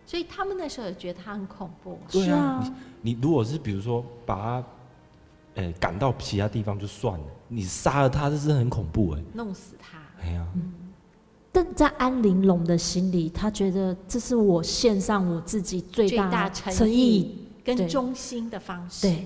[SPEAKER 2] 所以他们那时候也觉得他很恐怖啊。
[SPEAKER 3] 对啊
[SPEAKER 1] 是啊，
[SPEAKER 3] 你如果是比如说把他，呃、赶到其他地方就算了，你杀了他，这是很恐怖哎、
[SPEAKER 2] 弄死他。
[SPEAKER 3] 哎呀、
[SPEAKER 1] 但在安玲珑的心里，她觉得这是我献上我自己最
[SPEAKER 2] 最大
[SPEAKER 1] 大
[SPEAKER 2] 诚
[SPEAKER 1] 诚
[SPEAKER 2] 意
[SPEAKER 1] 意，
[SPEAKER 2] 跟
[SPEAKER 1] 对
[SPEAKER 2] 中心的方式。
[SPEAKER 1] 对。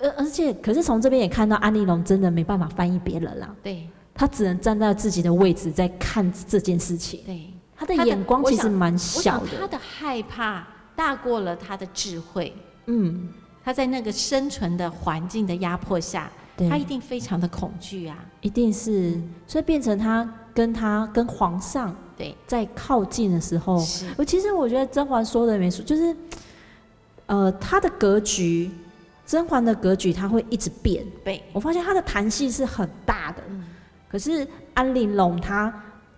[SPEAKER 1] 而而且，可是从这边也看到安玲珑真的没办法翻译别人啦，
[SPEAKER 2] 对
[SPEAKER 1] 她只能站在自己的位置在看这件事情，
[SPEAKER 2] 对，
[SPEAKER 1] 她的
[SPEAKER 2] 她的
[SPEAKER 1] 眼光
[SPEAKER 2] 我
[SPEAKER 1] 其
[SPEAKER 2] 想
[SPEAKER 1] 实蛮
[SPEAKER 2] 我
[SPEAKER 1] 小
[SPEAKER 2] 想他
[SPEAKER 1] 的，
[SPEAKER 2] 的害怕大过了他的智慧。
[SPEAKER 1] 嗯，
[SPEAKER 2] 他在那个生存的环境的压迫下，
[SPEAKER 1] 对，
[SPEAKER 2] 他一定非常的恐惧啊。
[SPEAKER 1] 一定是，所以变成他跟他跟皇上
[SPEAKER 2] 对，
[SPEAKER 1] 在靠近的时候，
[SPEAKER 2] 是
[SPEAKER 1] 我其实我觉得甄嬛说的没错，就是，呃，她的格局，甄嬛的格局，她会一直变。
[SPEAKER 2] 对
[SPEAKER 1] 我发现她的弹性是很大的，可是安陵容她，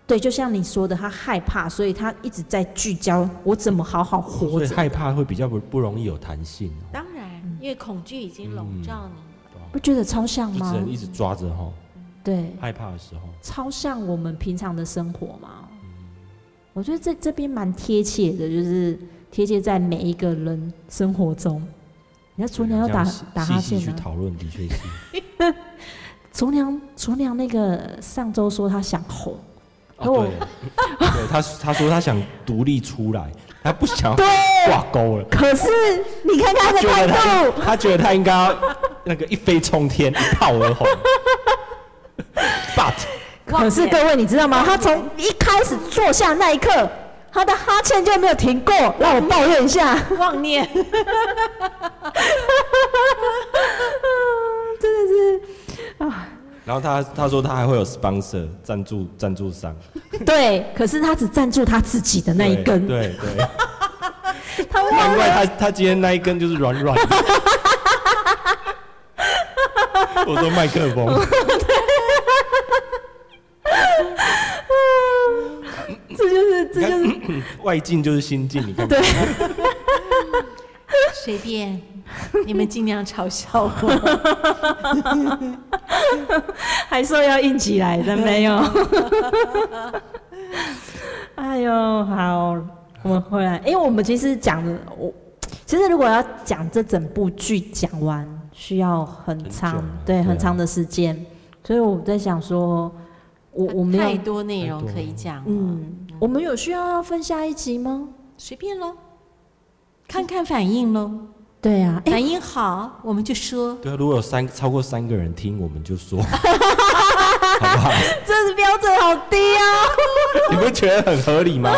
[SPEAKER 1] 对，就像你说的，她害怕，所以她一直在聚焦我怎么好好活
[SPEAKER 3] 所以
[SPEAKER 1] 着。
[SPEAKER 3] 害怕会比较不不容易有弹性哦，
[SPEAKER 2] 当然，
[SPEAKER 1] 嗯
[SPEAKER 2] 因为恐惧已经笼罩你了。
[SPEAKER 1] 不觉得超像
[SPEAKER 3] 就只
[SPEAKER 1] 吗？
[SPEAKER 3] 能一直抓着哈，
[SPEAKER 1] 对，
[SPEAKER 3] 害怕的时候。
[SPEAKER 1] 超像我们平常的生活嘛。我觉得这这边蛮贴切的，就是贴切在每一个人生活中。你看厨娘要
[SPEAKER 3] 这
[SPEAKER 1] 打
[SPEAKER 3] 样细
[SPEAKER 1] 打哈
[SPEAKER 3] 细
[SPEAKER 1] 欠
[SPEAKER 3] 细去
[SPEAKER 1] 啊，
[SPEAKER 3] 讨论，的确是。
[SPEAKER 1] 厨娘厨娘那个上周说她想红，
[SPEAKER 3] 哦，
[SPEAKER 1] 可我
[SPEAKER 3] 对，对他他说他想独立出来，他不想要挂钩了，
[SPEAKER 1] 可是你看她的
[SPEAKER 3] 觉
[SPEAKER 1] 态
[SPEAKER 3] 得他
[SPEAKER 1] 度，
[SPEAKER 3] 他觉得他应该要那个一飞冲天，一炮而红。But
[SPEAKER 1] 可是各位你知道吗？她从一开始坐下那一刻，她的哈欠就没有停过，让我抱怨一下。
[SPEAKER 2] 妄念，
[SPEAKER 3] 然后他他说他还会有 sponsor 赞助赞助商
[SPEAKER 1] 对，可是她只站住她自己的那一根，
[SPEAKER 3] 对对，对
[SPEAKER 1] 她忘
[SPEAKER 3] 难怪他他今天那一根就是软软的。 我说麦克 风，
[SPEAKER 1] 这就是这就是
[SPEAKER 3] 外境就是心境，你看
[SPEAKER 2] 随便，你们尽量嘲笑我。
[SPEAKER 1] 还说要硬起来的没 有？哎呦，好，我们回来，因为我们其实讲的，我其实如果要讲这整部剧讲完，需要很长，
[SPEAKER 3] 很久啊
[SPEAKER 1] 对，
[SPEAKER 3] 对啊
[SPEAKER 1] 很长的时间，所以我在想说， 我我没
[SPEAKER 2] 太
[SPEAKER 1] 有，
[SPEAKER 2] 多内容可以讲了，
[SPEAKER 1] 嗯，我们有需要要分下一集吗？
[SPEAKER 2] 随便喽，看看反应喽。
[SPEAKER 1] 对啊，哎、
[SPEAKER 2] 反应好，我们就说。
[SPEAKER 3] 对啊，如果有三超过三个人听，我们就说， 好不好？
[SPEAKER 1] 这是标准好低啊！
[SPEAKER 3] 你不觉得很合 理吗？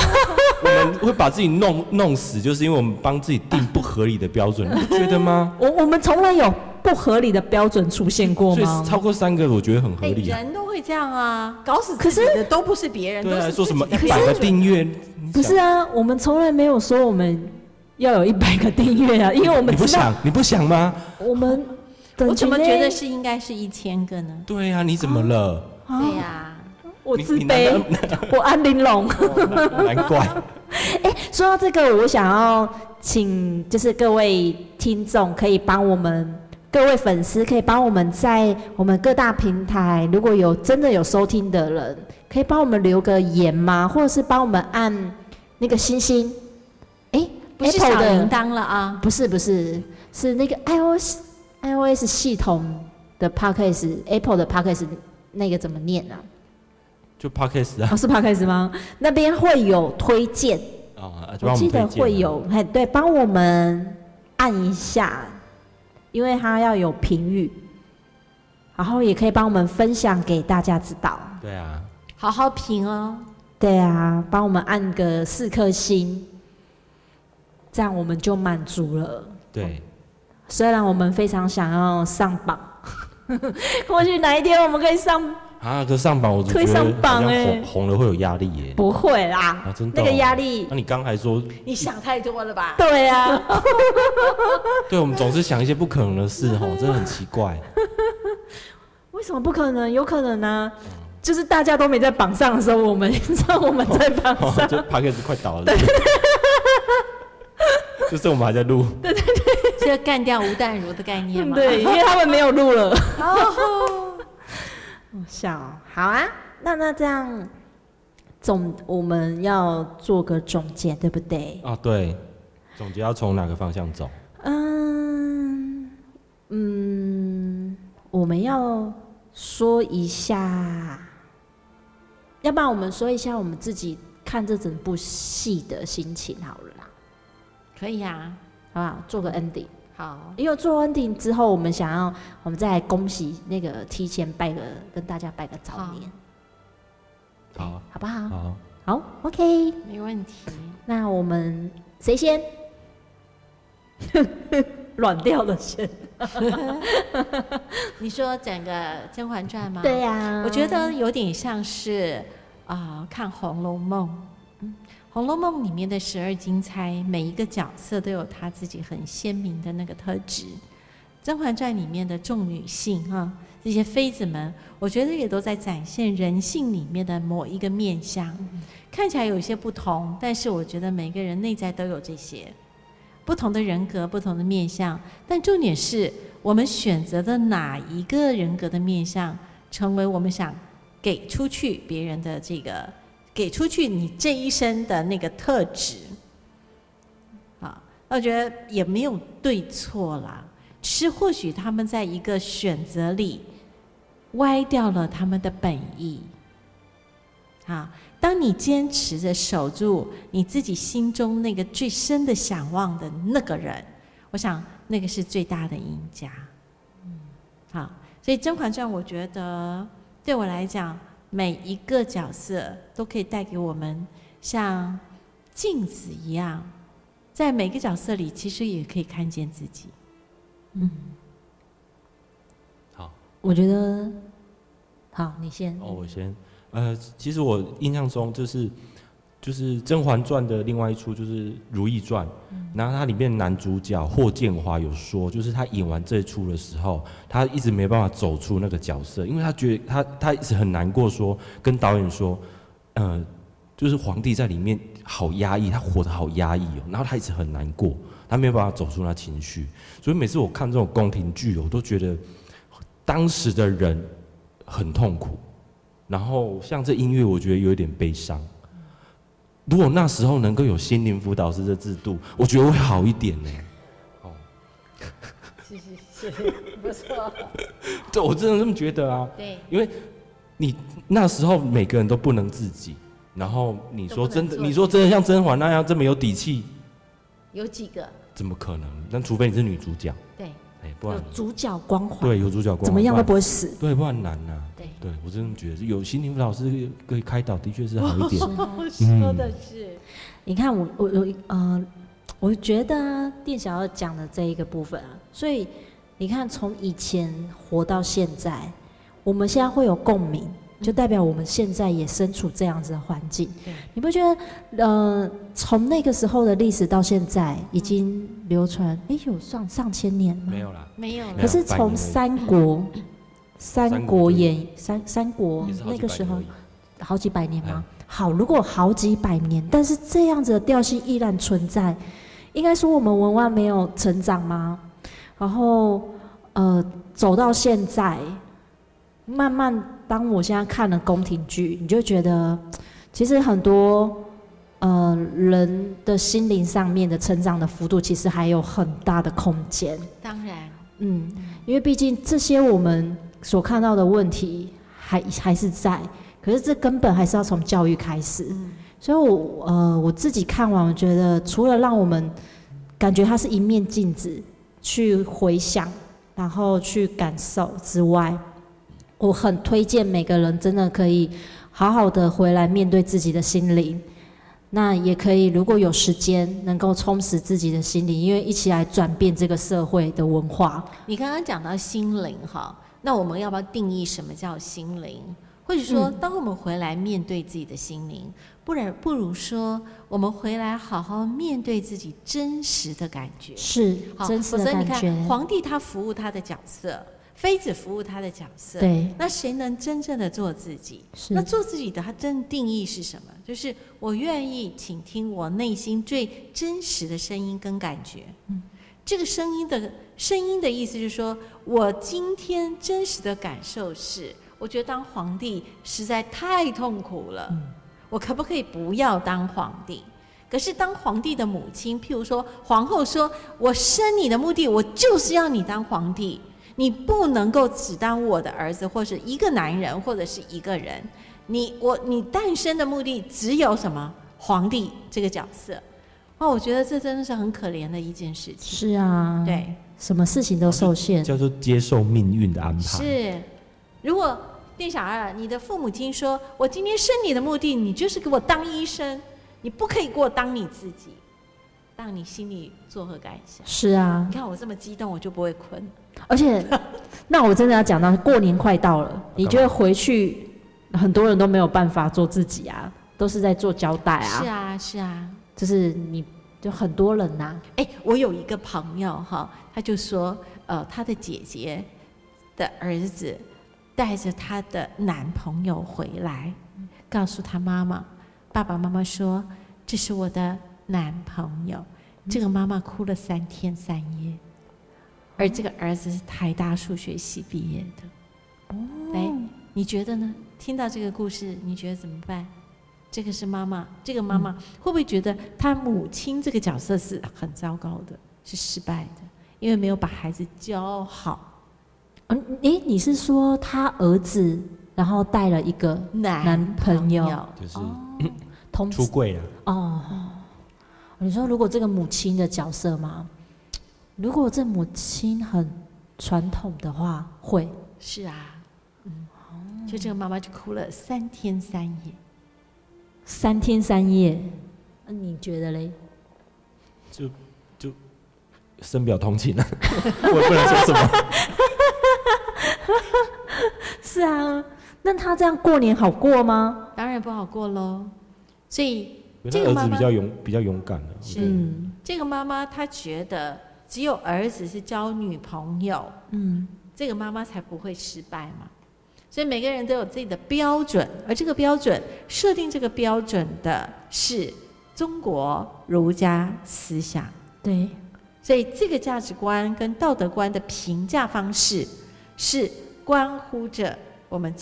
[SPEAKER 3] 我们会把自己弄弄死，就是因为我们帮自己定不合理的标 准，你不觉得吗？
[SPEAKER 1] 我我们从来有不合理的标准出现过
[SPEAKER 3] 所以
[SPEAKER 1] 吗？
[SPEAKER 3] 超过三个，我觉得很合
[SPEAKER 2] 哎，
[SPEAKER 3] 理啊。
[SPEAKER 2] 人都会这样啊，搞死自己的都不是别人，都
[SPEAKER 3] 对啊，
[SPEAKER 2] 是
[SPEAKER 3] 说什么
[SPEAKER 1] 哎
[SPEAKER 2] 自己
[SPEAKER 3] 一
[SPEAKER 2] 的
[SPEAKER 3] 百
[SPEAKER 2] 标
[SPEAKER 3] 个
[SPEAKER 2] 准
[SPEAKER 3] 订阅，你
[SPEAKER 1] 不是
[SPEAKER 3] 想？
[SPEAKER 1] 啊，我们从来没有说我们要有一百个订 阅啊，因为我
[SPEAKER 3] 你
[SPEAKER 1] 们
[SPEAKER 3] 不
[SPEAKER 1] 知道啊
[SPEAKER 3] 想，你不想吗？
[SPEAKER 1] 我们等
[SPEAKER 2] 我
[SPEAKER 1] 级
[SPEAKER 2] 怎么
[SPEAKER 1] 内
[SPEAKER 2] 觉得是应该是一千个呢？
[SPEAKER 3] 对啊，你怎么了？
[SPEAKER 1] 啊
[SPEAKER 2] 对呀、
[SPEAKER 1] 我
[SPEAKER 3] 你
[SPEAKER 1] 自
[SPEAKER 3] 你难
[SPEAKER 1] 卑， 我安 玲珑。哎
[SPEAKER 3] 难怪，
[SPEAKER 1] 说到这个，我想要请就是各位听众可以帮我们。各位粉丝可以帮我们在我们各大平台，如果有真的有收听的人，可以帮我们留个言吗？或者是帮我们按那个星星？哎、
[SPEAKER 2] 不
[SPEAKER 1] a
[SPEAKER 2] 是
[SPEAKER 1] p p l
[SPEAKER 2] 小
[SPEAKER 1] e 的
[SPEAKER 2] 铃铛了啊，
[SPEAKER 1] 不是不是，是那个 iOS iOS 系统的 Podcast Apple 的 Podcast 那个怎么念 啊？
[SPEAKER 3] 就 podcast 啊，
[SPEAKER 1] 哦，是 Podcast 吗？那边会有推荐，
[SPEAKER 3] 啊，就
[SPEAKER 1] 我
[SPEAKER 3] 让
[SPEAKER 1] 记得
[SPEAKER 3] 们推荐啊
[SPEAKER 1] 会有，嘿，对，帮我们按一下，因为它要有评语，然后也可以帮我们分享给大家知道。
[SPEAKER 3] 对啊，
[SPEAKER 2] 好好评哦。
[SPEAKER 1] 对啊，帮我们按个四颗星，这样我们就满足了。
[SPEAKER 3] 对，
[SPEAKER 1] 虽然我们非常想要上榜， 或许哪一天我们可以上，
[SPEAKER 3] 啊，可上榜我就觉
[SPEAKER 1] 推
[SPEAKER 3] 得
[SPEAKER 1] 上榜
[SPEAKER 3] 好像
[SPEAKER 1] 欸
[SPEAKER 3] 红红了会有压力耶。
[SPEAKER 1] 不会啦，
[SPEAKER 3] 啊，真的
[SPEAKER 1] 那
[SPEAKER 3] 哦
[SPEAKER 1] 个压力，
[SPEAKER 3] 那你刚还说，
[SPEAKER 2] 你想太多了吧？
[SPEAKER 1] 对啊，
[SPEAKER 3] 对我们总是想一些不可能的事哦，真的很奇怪。
[SPEAKER 1] 为什么不可能？有可能啊，就是大家都没在榜上的时候，我们让我们在榜
[SPEAKER 3] 哦
[SPEAKER 1] 上，
[SPEAKER 3] 这 p a c k a g e 快倒了。 就是我们还在录，
[SPEAKER 2] 这干掉吴淡如的概 念吗？
[SPEAKER 4] 对，因为他们没有录了。
[SPEAKER 1] 笑哦，好啊，那那这样总我们要做个总结，对不对？
[SPEAKER 3] 啊，对，总结要从哪个方向走？
[SPEAKER 1] 嗯嗯，我们要说一下，要不然我们说一下我们自己看这整部戏的心情好了啦，
[SPEAKER 2] 可以啊，
[SPEAKER 1] 好不好？做个 ending。
[SPEAKER 2] 好，
[SPEAKER 1] 因为做 ending 之后，我们想要，我们再来恭喜那个提前拜个跟大家拜个早
[SPEAKER 2] 好
[SPEAKER 1] 年，
[SPEAKER 3] 好，
[SPEAKER 1] 好不好？
[SPEAKER 3] 好，
[SPEAKER 1] 好，OK，
[SPEAKER 2] 没问题。
[SPEAKER 1] 那我们谁先？ 软掉了先。
[SPEAKER 2] 你说整个《甄嬛传》吗？
[SPEAKER 1] 对呀、
[SPEAKER 2] 我觉得有点像是啊、呃看《红楼梦》。嗯，《红楼梦》里面的十二金钗，每一个角色都有她自己很鲜明的那个特质。《甄嬛传》里面的众女性啊，这些妃子们，我觉得也都在展现人性里面的某一个面相。看起来有些不同，但是我觉得每个人内在都有这些不同的人格、不同的面相。但重点是我们选择的哪一个人格的面相，成为我们想给出去别人的这个给出去你这一生的那个特质。啊，那我觉得也没有对错啦，只是或许他们在一个选择里歪掉了他们的本意。啊，当你坚持着守住你自己心中那个最深的想望的那个人，我想那个是最大的赢家。嗯，好，所以《甄嬛传》，我觉得对我来讲，每一个角色都可以带给我们像镜子一样，在每个角色里，其实也可以看见自己。
[SPEAKER 3] 好，
[SPEAKER 1] 我觉得好，你先。
[SPEAKER 3] 哦，我先，呃，其实我印象中就是就是《甄嬛传》的另外一出就是《如懿传》，然后它里面男主角霍建华有说，就是他演完这出的时候，他一直没办法走出那个角色，因为他觉得他他一直很难过说跟导演说，呃，就是皇帝在里面好压抑，他活得好压抑哦，然后他一直很难过，他没有办法走出那情绪，所以每次我看这种宫廷剧，我都觉得当时的人很痛苦。然后像这音乐，我觉得有一点悲伤。如果那时候能够有心灵辅导师的制度，我觉得会好一点呢。哦，是是是，不错。对，我真的这么觉得啊。
[SPEAKER 2] 对，
[SPEAKER 3] 因为你那时候每个人都不能自己，然后你说真的，
[SPEAKER 2] 都不能做自己
[SPEAKER 3] 你说真的像甄嬛那样这么有底气，
[SPEAKER 2] 有几个
[SPEAKER 3] 怎么可能？但除非你是女主角，
[SPEAKER 2] 对
[SPEAKER 3] 哎，不
[SPEAKER 1] 有
[SPEAKER 3] 然
[SPEAKER 1] 主角光环，
[SPEAKER 3] 对有主角光环
[SPEAKER 1] 怎么样都
[SPEAKER 3] 不
[SPEAKER 1] 不会死。
[SPEAKER 3] 然对，不然难呐、啊
[SPEAKER 2] 对
[SPEAKER 3] 对我真的觉得有心灵辅导师可以开导，的确是好一点。
[SPEAKER 2] 说的是
[SPEAKER 1] 你看我我有一呃，我觉得啊店小二讲的这一个部分啊，所以你看从以前活到现在，我们现在会有共鸣，就代表我们现在也身处这样子的环境
[SPEAKER 2] 对。
[SPEAKER 1] 你不觉得呃，从那个时候的历史到现在，已经流传诶有上上千年吗？
[SPEAKER 3] 没有啦，
[SPEAKER 2] 没有
[SPEAKER 3] 没
[SPEAKER 1] 可
[SPEAKER 2] 了
[SPEAKER 3] 有，
[SPEAKER 1] 是从三国。三国演三三国
[SPEAKER 3] 也是好
[SPEAKER 1] 哦那
[SPEAKER 3] 几
[SPEAKER 1] 个
[SPEAKER 3] 百
[SPEAKER 1] 时候
[SPEAKER 3] 而已，
[SPEAKER 1] 好几百年吗？好，如果好几百年，但是这样子的调性依然存在，应该说我们文化没有成长吗？然后呃，走到现在，慢慢当我现在看了宫廷剧，你就觉得其实很多呃人的心灵上面的成长的幅度，其实还有很大的空间。
[SPEAKER 2] 当然
[SPEAKER 1] 嗯，因为毕竟这些我们所看到的问题还还是在，可是这根本还是要从教育开始。所以我呃我自己看完，我觉得除了让我们感觉它是一面镜子，去回想，然后去感受之外，我很推荐每个人真的可以好好的回来面对自己的心灵。那也可以，如果有时间，能够充实自己的心灵，因为一起来转变这个社会的文化。
[SPEAKER 2] 你刚刚讲到心灵哈，那我们要不要定义什么叫心灵？或者说，当我们回来面对自己的心灵，不然不如说，我们回来好好面对自己真实的感觉。
[SPEAKER 1] 是
[SPEAKER 2] 好，
[SPEAKER 1] 真实
[SPEAKER 2] 否
[SPEAKER 1] 的
[SPEAKER 2] 则你看，
[SPEAKER 1] 感觉，
[SPEAKER 2] 皇帝他服务他的角色，妃子服务她的角色。
[SPEAKER 1] 对，
[SPEAKER 2] 那谁能真正的做自己？
[SPEAKER 1] 是
[SPEAKER 2] 那做自己的，它真的定义是什么？就是我愿意倾听我内心最真实的声音跟感觉。嗯，这个声音的声音的意思就是说，我今天真实的感受是，我觉得当皇帝实在太痛苦了，
[SPEAKER 1] 嗯
[SPEAKER 2] 我可不可以不要当皇帝？可是当皇帝的母亲，譬如说皇后说：“我生你的目的，我就是要你当皇帝。”你不能够只当我的儿子，或是一个男人，或者是一个人。你我你诞生的目的只有什么？皇帝这个角色。哦，我觉得这真的是很可怜的一件事情。
[SPEAKER 1] 是啊，，
[SPEAKER 2] 对，
[SPEAKER 1] 什么事情都受限，
[SPEAKER 3] 叫做接受命运的安排。
[SPEAKER 2] 是。如果店小二，你的父母亲说：“我今天生你的目的，你就是给我当医生，你不可以给我当你自己。”让你心里作何感想？
[SPEAKER 1] 是啊
[SPEAKER 2] 你，看我这么激动，我就不会困。
[SPEAKER 1] 而且， 那我真的要讲到过年快到了，你就会回去，很多人都没有办法做自己啊，都是在做交代啊，
[SPEAKER 2] 是啊，是啊。
[SPEAKER 1] 就是你就很多人呐、啊
[SPEAKER 2] 哎、我有一个朋友哈，他就说，呃，他的姐姐的儿子带着他的男朋友回来，告诉他妈妈，爸爸妈妈说这是我的男朋友，这个妈妈哭了三天三夜，而这个儿子是台大数学系毕业的，哎，你觉得呢？听到这个故事，你觉得怎么办？这个是妈妈，这个妈妈会不会觉得她母亲这个角色是很糟糕的，是失败的，因为没有把孩子教好？
[SPEAKER 1] 嗯，诶，你是说他儿子，然后带了一个男朋友
[SPEAKER 3] 就是
[SPEAKER 2] 哦
[SPEAKER 1] 同
[SPEAKER 3] 出柜啊了，
[SPEAKER 1] 哦，你说如果这个母亲的角色吗？如果这母亲很传统的话，会
[SPEAKER 2] 是啊，
[SPEAKER 1] 哦
[SPEAKER 2] 嗯，就这个妈妈就哭了三天三夜。
[SPEAKER 1] 三天三夜，那嗯你觉得嘞？
[SPEAKER 3] 深表同情啊，我也不能说什么。
[SPEAKER 1] 是啊，那他这样过年好过吗？
[SPEAKER 2] 当然不好过喽。所以
[SPEAKER 3] 他
[SPEAKER 2] 这个
[SPEAKER 3] 儿
[SPEAKER 2] 妈
[SPEAKER 3] 子
[SPEAKER 2] 妈
[SPEAKER 3] 比较勇，比较勇敢了、啊。
[SPEAKER 2] 是
[SPEAKER 1] 嗯
[SPEAKER 2] 这个妈妈她觉得只有儿子是交女朋友，
[SPEAKER 1] 嗯，
[SPEAKER 2] 这个妈妈才不会失败嘛。所以每个人都有自己的标准，而这个标准设定这个标准的是中国儒家思想，
[SPEAKER 1] 对，
[SPEAKER 2] 所以这个价值观跟道德观的评价方式是关乎着我们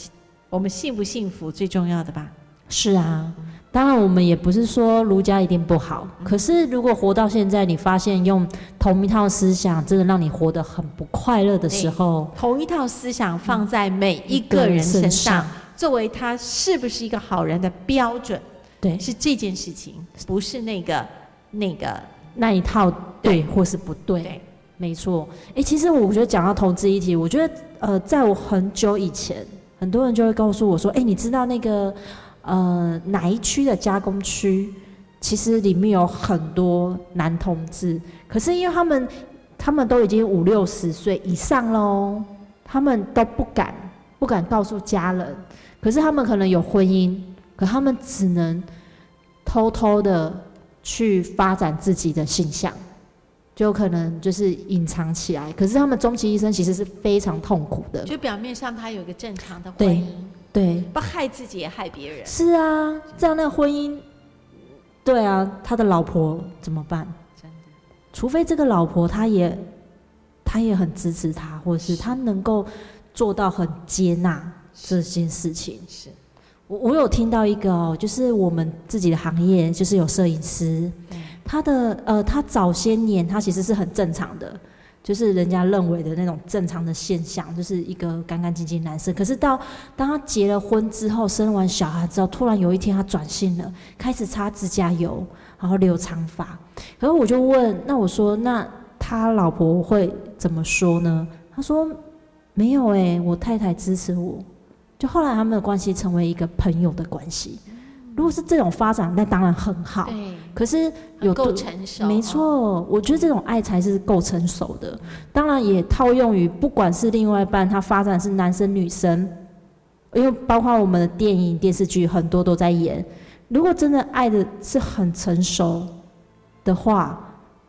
[SPEAKER 2] 我们幸不幸福最重要的吧？
[SPEAKER 1] 是啊。当然，我们也不是说儒家一定不好，可是如果活到现在，你发现用同一套思想，真的让你活得很不快乐的时候，
[SPEAKER 2] 同一套思想放在每一个人身上，作为他是不是一个好人的标准，
[SPEAKER 1] 对
[SPEAKER 2] 是这件事情，不是那个那个
[SPEAKER 1] 那一套对或是不对，
[SPEAKER 2] 对
[SPEAKER 1] 没错。诶，其实我觉得讲到投资议题，我觉得呃，在我很久以前，很多人就会告诉我说，诶，你知道那个呃哪一区的加工区，其实里面有很多男同志，可是因为他们他们都已经五六十岁以上喽，他们都不敢不敢告诉家人，可是他们可能有婚姻，可他们只能偷偷的去发展自己的性向，就可能就是隐藏起来。可是他们终其一生其实是非常痛苦的。
[SPEAKER 2] 就表面上他有一个正常的婚
[SPEAKER 1] 对
[SPEAKER 2] 姻，
[SPEAKER 1] 对，
[SPEAKER 2] 不害自己也害别人。
[SPEAKER 1] 是啊，这样那个婚姻，对啊，他的老婆怎么办？
[SPEAKER 2] 真的
[SPEAKER 1] 除非这个老婆她也她也很支持他，或者是她能够做到很接纳这件事情。
[SPEAKER 2] 是，
[SPEAKER 1] 我我有听到一个哦，就是我们自己的行业，就是有摄影师，他的呃，他早些年他其实是很正常的，就是人家认为的那种正常的现象，就是一个干干净净男生。可是到当他结了婚之后，生完小孩之后，突然有一天他转性了，开始擦指甲油，然后留长发。然后我就问，那我说，那他老婆会怎么说呢？他说没有诶、我太太支持我。就后来他们的关系成为一个朋友的关系。如果是这种发展，那当然很好。
[SPEAKER 2] 对，
[SPEAKER 1] 可是
[SPEAKER 2] 很
[SPEAKER 1] 有
[SPEAKER 2] 够
[SPEAKER 1] 对
[SPEAKER 2] 成熟，
[SPEAKER 1] 没
[SPEAKER 2] 哦，
[SPEAKER 1] 错，我觉得这种爱才是够成熟的。当然也套用于不管是另外一半，他发展是男生女生，因为包括我们的电影电视剧很多都在演。如果真的爱的是很成熟的话，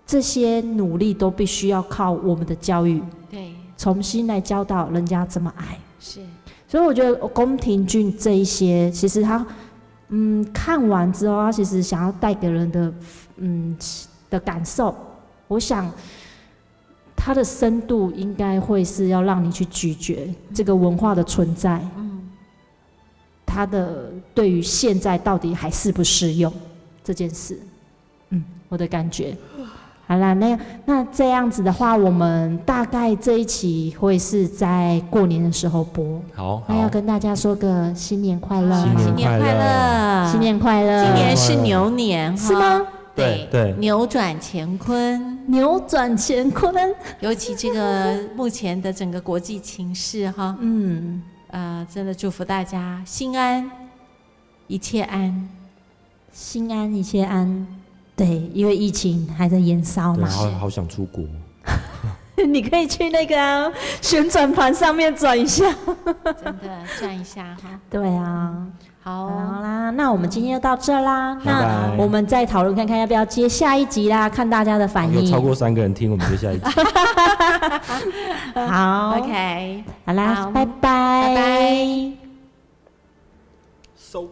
[SPEAKER 1] 这些努力都必须要靠我们的教育
[SPEAKER 2] 对，
[SPEAKER 1] 重新来教导人家怎么爱。
[SPEAKER 2] 是
[SPEAKER 1] 所以我觉得宫廷剧这一些，其实他，嗯，看完之后，他其实想要带给人的，嗯的感受，我想它的深度应该会是要让你去咀嚼这个文化的存在，嗯，它的对于现在到底还适不适用这件事，嗯，我的感觉。好啦，那那这样子的话，我们大概这一期会是在过年的时候播。
[SPEAKER 3] 好
[SPEAKER 1] 那要
[SPEAKER 3] 好，
[SPEAKER 1] 跟大家说个新年快乐
[SPEAKER 2] 啊
[SPEAKER 1] 吗，
[SPEAKER 2] 新年快乐，
[SPEAKER 1] 新年快乐，
[SPEAKER 2] 今年是牛年哈，
[SPEAKER 1] 是吗？
[SPEAKER 3] 对对
[SPEAKER 2] 扭转乾坤，
[SPEAKER 1] 扭转乾坤，
[SPEAKER 2] 尤其这个目前的整个国际情势哈，
[SPEAKER 1] 嗯，
[SPEAKER 2] 呃，真的祝福大家心安，一切安。
[SPEAKER 1] 心安一切安。对，因为疫情还在延烧
[SPEAKER 3] 对，
[SPEAKER 1] 嘛，
[SPEAKER 3] 好好想出国，
[SPEAKER 1] 你可以去那个啊、旋转盘上面转一下。
[SPEAKER 2] 真的转一下哈。
[SPEAKER 1] 对啊，
[SPEAKER 2] 好
[SPEAKER 1] 好，啦，那我们今天就到这啦。
[SPEAKER 3] 拜
[SPEAKER 1] 那
[SPEAKER 3] 拜
[SPEAKER 1] 我们再讨论看看要不要接下一集啦，看大家的反
[SPEAKER 3] 有
[SPEAKER 1] 应。
[SPEAKER 3] 超过三个人听，我们就下一集。
[SPEAKER 1] 好
[SPEAKER 2] OK，
[SPEAKER 1] 好啦，
[SPEAKER 2] 好
[SPEAKER 1] 拜拜，
[SPEAKER 2] 拜拜。
[SPEAKER 3] 收。